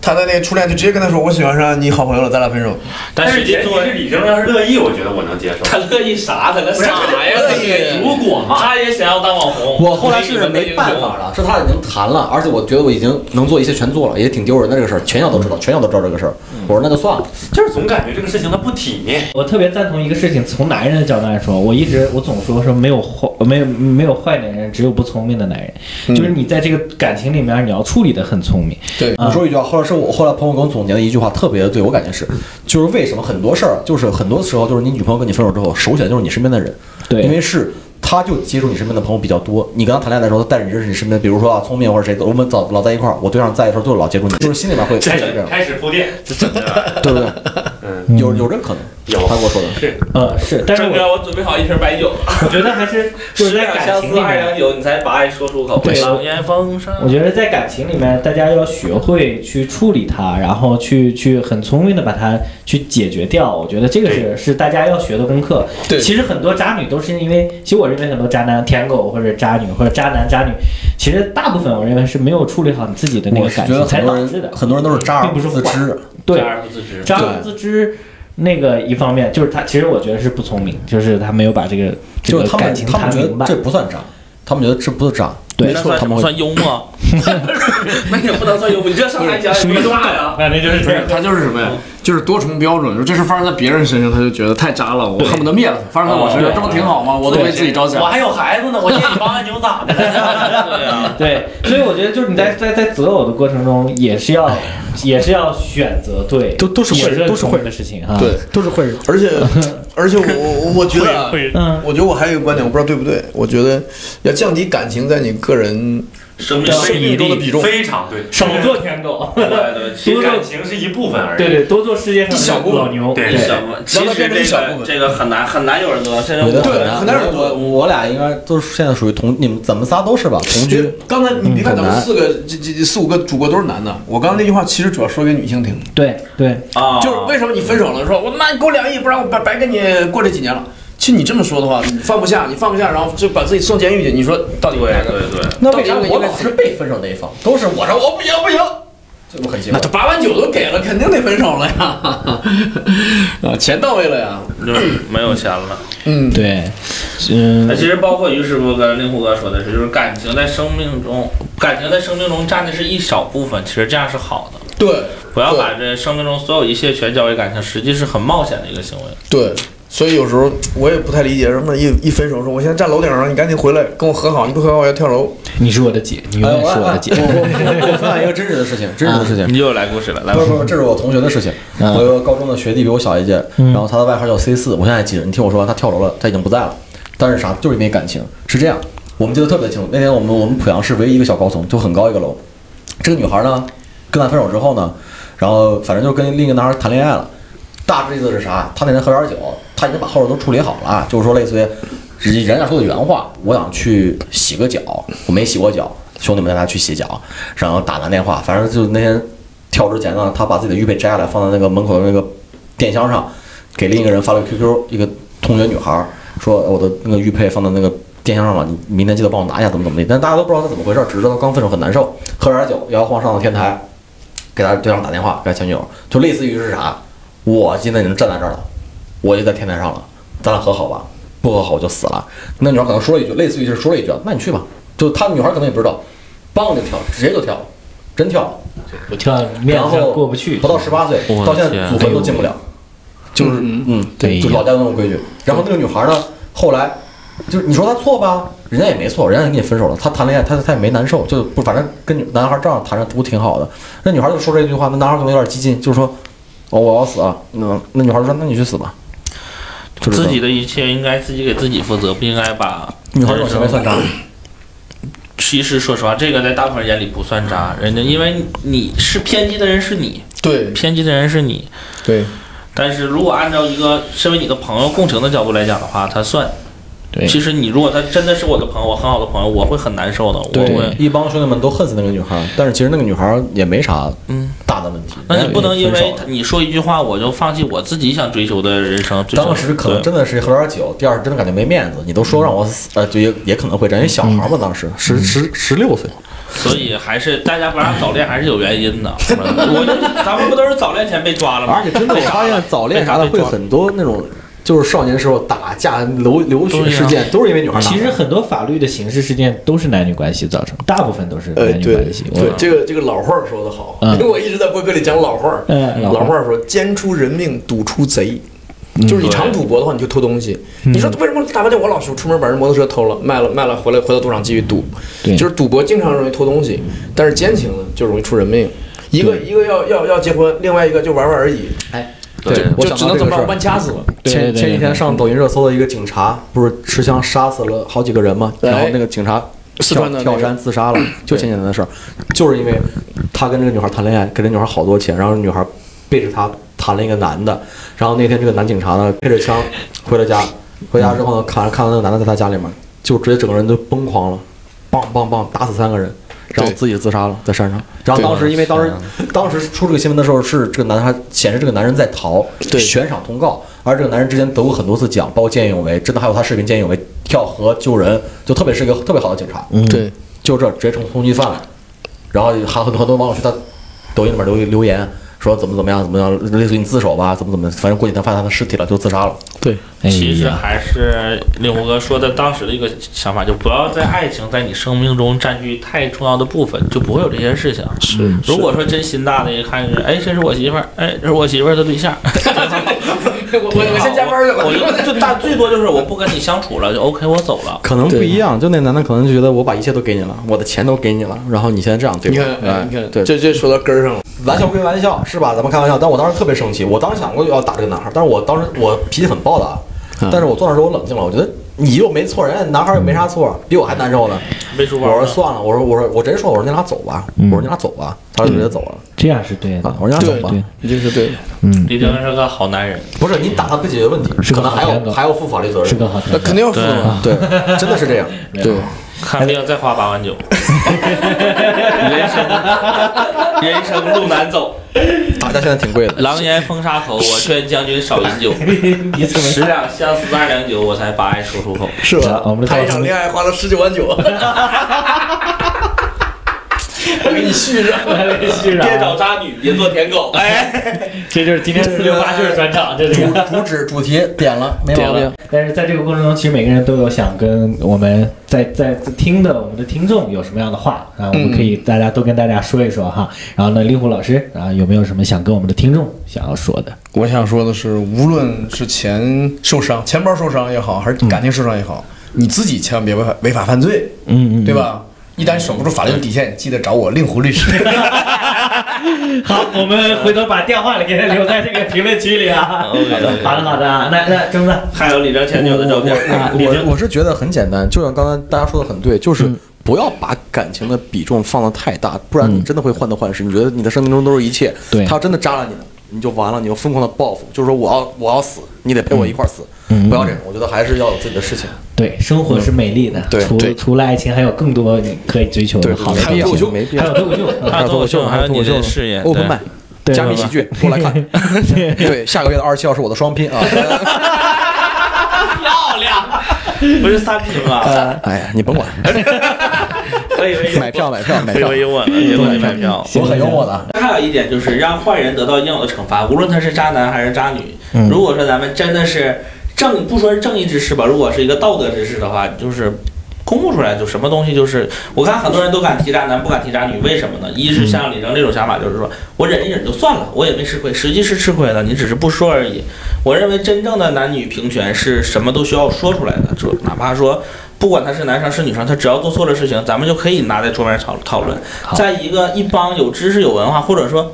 E: 他的那个初恋，就直接跟他说：“我喜欢上你好朋友了，咱俩分手。
C: 但是前提
D: 作为
C: 是李征要是乐意，我觉得我能接受。
D: 他乐意啥？他乐啥呀？他乐意
C: 如果嘛，
D: 他也想要当网红。
G: 我后来是没办法了，是他已经谈了，而且我觉得我已经能做一切全做了，也挺丢人的这个事儿，全校都知道，全校都知道这个事儿。我说那就算了，
C: 就是总感觉这个事情它不体面。
F: 我特别赞同一个事情，从男人的角度来说，我一直我总说说没有坏没有没有坏男人，只有不聪明的男
G: 嗯
F: 人，就是你在这个感情里面你要处理的很聪明，
G: 我
F: 嗯
G: 说一句话，后来是我后来朋友给我总结的一句话，特别的对，我感觉是，就是为什么很多事儿，就是很多时候就是你女朋友跟你分手之后，首选就是你身边的人，
F: 对
G: 因为是。她就接触你身边的朋友比较多，你跟她谈恋爱的时候，她带着你认识你身边，比如说啊，聪明或者谁，我们早老在一块儿，我对象在的时候就老接触你，就是心里面会
C: 开
G: 这
C: 始
G: 样，
C: 开始铺垫，
G: 对不对？
C: 嗯
G: 有有这可能，
C: 有
G: 他跟我说的，
F: 呃是，但是
D: 郑
F: 我
D: 哥，我准备好一瓶白酒了。
F: 我觉得还是 就是
D: 十
F: 在
D: 两
F: 感
D: 相
F: 情
D: 思
F: 里
D: 二
F: 面。
D: 两酒，你才把爱说出口。
F: 对
D: 狼烟风沙
F: 我觉得在感情里面，大家要学会去处理它，然后去去很聪明的把它去解决掉。我觉得这个是是大家要学的功课。
E: 对
F: 其实很多渣女都是因为，其实我认为很多渣男、舔狗或者渣女或者渣男、渣女，其实大部分我认为是没有处理好你自己的那
G: 我
F: 个
G: 是
F: 感
G: 觉得
F: 情才
G: 很多
F: 导致的
G: 人。很多人都是渣，
F: 并不是
G: 自
F: 坏
G: 知，
F: 对，
D: 而不自知。
F: 渣男自知。那个一方面就是他，其实我觉得是不聪明，就是他没有把这个这
G: 就
F: 个
G: 是他
F: 感
G: 们
F: 情
G: 他们
F: 谈
G: 觉
F: 明
G: 得
F: 白。
G: 这不算渣，他们觉得这不是渣，
F: 对
G: 没错，他们会
D: 算幽默？ 那也不能算幽默，你这上来讲属于渣呀。
F: 反正就是”
E: 不
F: 这
E: 是
F: 样，
E: 他就是什么呀？就是多重标准。就这事发生在别人身上，他就觉得太渣了，我恨不得灭了他。发生在我身上，这不挺好吗？我都为自己着想
C: 我。还有孩子呢，我借你八万牛咋 的？
D: 对
E: 啊
D: 呀，
F: 对，所以我觉得就是你在在在择偶的过程中，也是
E: 哎
F: 要也是要选择对，
E: 都都是会
F: 也
E: 都是会
F: 聪明的事情啊。
E: 对，
L: 都是坏人。
E: 而且而且我我我觉得啊，
F: 嗯，
E: 我觉得我还有一个观点，我不知道对不对。我觉得要降低感情在你个人
D: 生命
E: 啊生命中的比重，
C: 非常对，
F: 少做舔狗，
D: 对对，其
C: 其实
D: 实
C: 感情是一部分而已。
F: 对对，多做世界
E: 一小
F: 上
E: 部
F: 的
E: 分
F: 老牛，
C: 对
D: 什么？其实这个这个很难很难有人做到，现在
G: 我觉得
E: 对
G: 很
E: 很难有人
G: 我
E: 做
G: 我俩应该都是现在属于同，你们怎么仨都是吧？同居。。
E: 刚才你别看咱
G: 很
E: 们
G: 难
E: 四个这这这四五个主播都是男的，我刚刚那句话其实主要说给女性听的。
F: 对对，
D: 啊，
E: 就是为什么你分手了，说我他妈你给我两亿，不然我白白跟你过这几年了。其实你这么说的话，你放不下，你放不下，然后就把自己送监狱去。你说到底
D: 对
E: 哪个？
D: 对对，
G: 那
E: 为啥我老是
G: 被分手那一方？都是我说我不行不行，这不很奇
E: 那他八万九都给了，肯定得分手了呀！ 啊，钱到位了呀！
D: 就是没有钱了。
E: 嗯，
F: 对，嗯
D: 那，其实包括于师傅跟令狐哥说的是，就是感情在生命中，感情在生命中占的是一小部分，其实这样是好的。
E: 对
D: 不要把这生命中所有一切全交给感情，实际是很冒险的一个行为。
E: 对，所以有时候我也不太理解，人们一一分手说我现在站楼顶上，你赶紧回来跟我和好，你不和好我要跳楼。
F: 你是我的姐，你永
E: 哎
F: 远是我的姐。
G: 我分享一个真实的事情，真实的事情。
M: 你又来故事了，来
G: 不是不是，这是我同学的事情。我有个高中的学弟比我小一届，然后他的外号叫 C 四，我现在还记得。你听我说，他跳楼了，他已经不在了，但是啥，就是因为感情是这样。我们记得特别清楚，那天我们我们濮阳市唯一一个小高层，就很高一个楼。这个女孩呢，跟他分手之后呢，然后反正就跟另一个男孩谈恋爱了。大致意思是啥？他那天喝点酒，他已经把后事都处理好了，就是说类似于人家说的原话，我想去洗个脚，我没洗过脚，兄弟们带他去洗脚，然后打完电话，反正就那天跳之前呢，他把自己的玉佩摘下来放在那个门口的那个电箱上，给另一个人发了个 QQ，一个同学女孩说我的那个玉佩放在那个电箱上了，你明天记得帮我拿一下，怎么怎么地，但大家都不知道他怎么回事，只知道他刚分手很难受，喝点酒摇摇晃上了天台，给他对象打电话，给他前女友，就类似于是啥？我现在已经站在这儿了，我就在天台上了，咱俩和好吧，不和好我就死了。那女孩可能说了一句，类似于就是说了一句，那你去吧。就她女孩可能也不知道，梆就跳，直接就跳，真跳了。
F: 我跳面
G: 然
F: 子
G: 后
F: 上过不去，
G: 不到十八岁，
N: 我的
G: 到现在
N: 天
G: 祖坟都进不了，就是
E: 哎
G: 嗯，对，就是老家的那种规矩。然后那个女孩呢，后来就是你说她错吧，人家也没错，人家也跟你分手了，她谈恋爱，她她也没难受，就不反正跟女男孩这样谈着都挺好的。那女孩就说这句话，那男孩可能有点激进，就是说哦我要死啊，那那女孩就说那你去死吧，就是这
D: 自
G: 样
D: 己的一切应该自己给自己负责，不应该把
G: 女孩这种行为算渣，
D: 其实说实话，这个在大部分人眼里不算渣，人家因为你是偏激的人是你，
E: 对
D: 偏激的人是你。
E: 对，
D: 但是如果按照一个身为你的朋友共情的角度来讲的话，他算。
E: 对
D: 其实你如果他真的是我的朋友，我很好的朋友，我会很难受的。我会，
G: 一帮兄弟们都恨死那个女孩，但是其实那个女孩也没啥
D: 嗯，
G: 大的问题。
D: 那你不能因
G: 人家也分
D: 为
G: 手了
D: 他你说一句话，我就放弃我自己想追求的人生。追求
G: 当时可能
D: 对
G: 真的是喝点酒，第二真的感觉没面子，你都说让我死，呃，就也也可能会这样，因为小孩嘛，当时
E: 十十十六岁，
D: 所以还是大家玩早恋还是有原因的。 我就咱们不都是早恋前被抓了吗？
G: 而且真 的我发现早恋啥的会很多那种，就是少年时候打架、流流血事件，都是因为女孩打。
F: 其实很多法律的刑事事件都是男女关系造成，大部分都是
E: 呃，
F: 男女
E: 对
F: 关系。
E: 对，这个这个老话儿说得好，
F: 嗯
E: 因为我一直在播客里讲老话儿，
F: 嗯老话儿
E: 老话儿说奸出人命，赌出贼。
G: 嗯
E: 就是你常赌博的话，你就偷东西。你说为什么打麻将我老是出门把人摩托车偷了，卖了卖了，回来回到赌场继续赌。
F: 对
E: 就是赌博经常容易偷东西，但是奸情呢就容易出人命。一个一个要要要结婚，另外一个就玩玩而已。哎，
G: 对我
E: 就
G: 想
E: 只
G: 到
E: 能
G: 这
E: 怎
G: 个
E: 么
G: 事
E: 着，
G: 儿
E: 弯掐死了。
F: 对对
G: 前
F: 对
G: 前几天上抖音热搜的一个警察，不是持枪杀死了好几个人吗？
E: 对
G: 然后那个警察
E: 哎四
G: 跳
E: 川的那个
G: 跳山自杀了，就前几年的事儿，就是因为他跟这个女孩谈恋爱，给这女孩好多钱，然后女孩背着他谈了一个男的，然后那天这个男警察呢背着枪回了家，回家之后呢看看到那个男的在他家里面，就直接整个人都崩狂了，棒棒棒打死三个人。然后
E: 对
G: 自己自杀了，在山上。然后
E: 对
G: 当时因为当时当时出这个新闻的时候，是这个男孩显示这个男人在逃，
E: 对
G: 悬赏通告。而这个男人之前得过很多次奖，包括见义勇为，真的还有他视频见义勇为跳河救人，就特别是一个特别好的警察，
E: 对，
G: 就这直接成通缉犯了。然后还很多很多网友去他抖音里面留留言说怎么怎么样怎么样，类似于你自首吧，怎么怎么，反正过几天发现他的尸体了，就自杀了。
F: 哎
D: 其实
F: 呀，
D: 还是令狐哥说的当时的一个想法，就不要在爱情在你生命中占据太重要的部分，就不会有这些事情。是，
F: 嗯
D: 如果说真心大的，一看就是，哎，这是我媳妇儿，哎，这是我媳妇儿的对象，
F: 我我先加班去
D: 我就就大最多就是我不跟你相处了，就 OK，我走了。
G: 可能不一样，就那男的可能就觉得我把一切都给你了，我的钱都给你了，然后你现在这样对
E: 你
G: 我，
E: 看，哎
G: 哎
E: 你看，
G: 对，
E: 这这说到根儿上了。
G: 玩笑归玩笑，是吧？咱们开玩笑，但我当时特别生气，我当时想过要打这个男孩，但是我当时我脾气很暴的啊，
F: 嗯
G: 但是我坐那时候我冷静了，我觉得你又没错，人家男孩又没啥错，比我还难受呢。
D: 背书包
G: 我
D: 呢，
G: 说算了，我说我说我直接说，我说你俩走吧，我说你俩走吧，他就直接走了
F: 这样是嗯对
G: 啊
F: 的，，
G: 我说你俩
E: 对
G: 走吧，，
E: 你这是对的。
F: 嗯，
D: 李丁是个好男人，
G: 不是你打他不解决问题，
F: 是
G: 可
F: 个
G: 能还
F: 好片
G: 要
F: 子
G: 还要负法律责任
F: 是，个好条
E: 那肯
F: 件。
E: 定要付的嘛，
G: 对，真的是这样，
E: 对，
D: 看病再花八万九，人生人生路难走，
G: 打架现在挺贵的，
D: 狼烟风沙口，我劝将军少饮酒，
F: 你怎
D: 十两相思二两酒，我才把爱说出口。
E: 是
F: 啊我
E: 吧
F: 们？的
E: 谈一
F: 高
E: 场
F: 中
E: 恋爱花了十九万九， 我给你续上。
F: 是
O: 别
F: 啊，
O: 找渣女，别做舔狗。
G: 哎
D: 哎
F: 这就是今天四六八趣儿专场，这是。
G: 主旨主题点了，没毛病。
F: 但是在这个过程中，其实每个人都有想跟我们在在听的我们的听众有什么样的话啊，我们可以大家都跟大家说一说哈。然后呢，令狐老师啊，有没有什么想跟我们的听众想要说的？
E: 我想说的是，无论是钱受伤、钱包受伤也好，还是感情受伤也好，你自己千万别违法违法犯罪，
F: 嗯嗯，
E: 对吧？一旦守不住法律底线，记得找我令狐律师。
F: 好，我们回头把电话给他留在这个评论区里啊。
D: OK，
F: 好的好的，啊那那真的
D: 还有李哲前女友的照片啊，李哲
G: 哎我我是觉得很简单，就像刚才大家说的很对，就是不要把感情的比重放得太大，不然你真的会患得患失。你觉得你的生命中都是一切，
F: 对
G: 他真的扎了你了，你就完了，你就疯狂的报复，就是说我要我要死，你得陪我一块儿死，不要这样。我觉得还是要有自己的事情。
F: 对，生活是美丽的，
G: 对
F: 除
E: 对
F: 除了爱情，还有更多你可以追求的嗯好的
G: 还
F: 东西。
G: 有脱口秀，没必
F: 还
G: 要
F: 有。脱口秀，
D: 还有脱口秀，还有你
G: 脱口
D: 的
G: 秀
D: 事业
G: open 麦，
F: 对
G: 加密喜剧，过来看。对，下个月的二十七号是我的双拼啊！
D: 对不是三拼 吗？
G: 哎呀，你甭管，
D: 可以为
G: 买票买票买
D: 可以
G: 票，
D: 为我了，结果没买票。
G: 我很幽默的。
D: 还有一点就是让坏人得到应有的惩罚，无论他是渣男还是渣女。
G: 嗯
D: 如果说咱们真的是正不说是正义之士吧，如果是一个道德之士的话，就是公布出来，就什么东西就是我看很多人都敢提渣男，不敢提渣女，为什么呢？一
E: 嗯
D: 是嗯像李征这种想法，就是说我忍一忍就算了，我也没吃亏，实际是吃亏了，你只是不说而已。我认为真正的男女平权是什么都需要说出来的，就哪怕说。不管他是男生是女生，他只要做错了事情，咱们就可以拿在桌面上讨讨论。在一个一帮有知识、有文化，或者说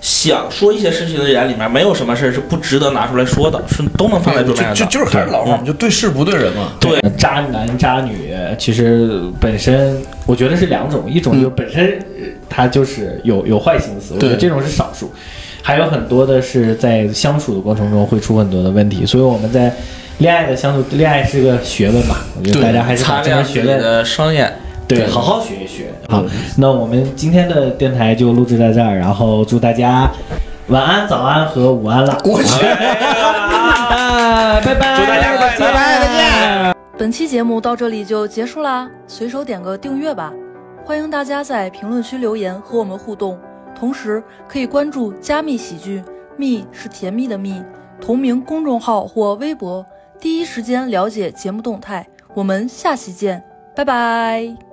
D: 想说一些事情的人里面，没有什么事儿是不值得拿出来说的，是都能放在桌面上
E: 就
D: 的。嗯
E: 就是还是老话嘛，就对事不对人嘛。
D: 对，
F: 渣男渣女其实本身我觉得是两种，一
D: 嗯
F: 种就本身呃他就是有有坏心思，我觉得
E: 对
F: 这种是少数，还有很多的是在相处的过程中会出很多的问题，所以我们在恋爱的相处，恋爱是个学问嘛，我觉得
E: 对
F: 大家还是把
D: 擦
F: 这门
D: 亮
F: 学
D: 自己
F: 问
D: 的嗯双眼，
F: 对，好好学一学。好，那我们今天的电台就录制在这儿，然后祝大家晚安、早安和午安了。我去，啊，拜拜，
D: 祝大家快乐
F: 拜拜，再见。
A: 本期节目到这里就结束啦，随手点个订阅吧。欢迎大家在评论区留言和我们互动，同时可以关注“加密喜剧”，蜜是甜蜜的蜜，同名公众号或微博，第一时间了解节目动态。我们下期见，拜拜。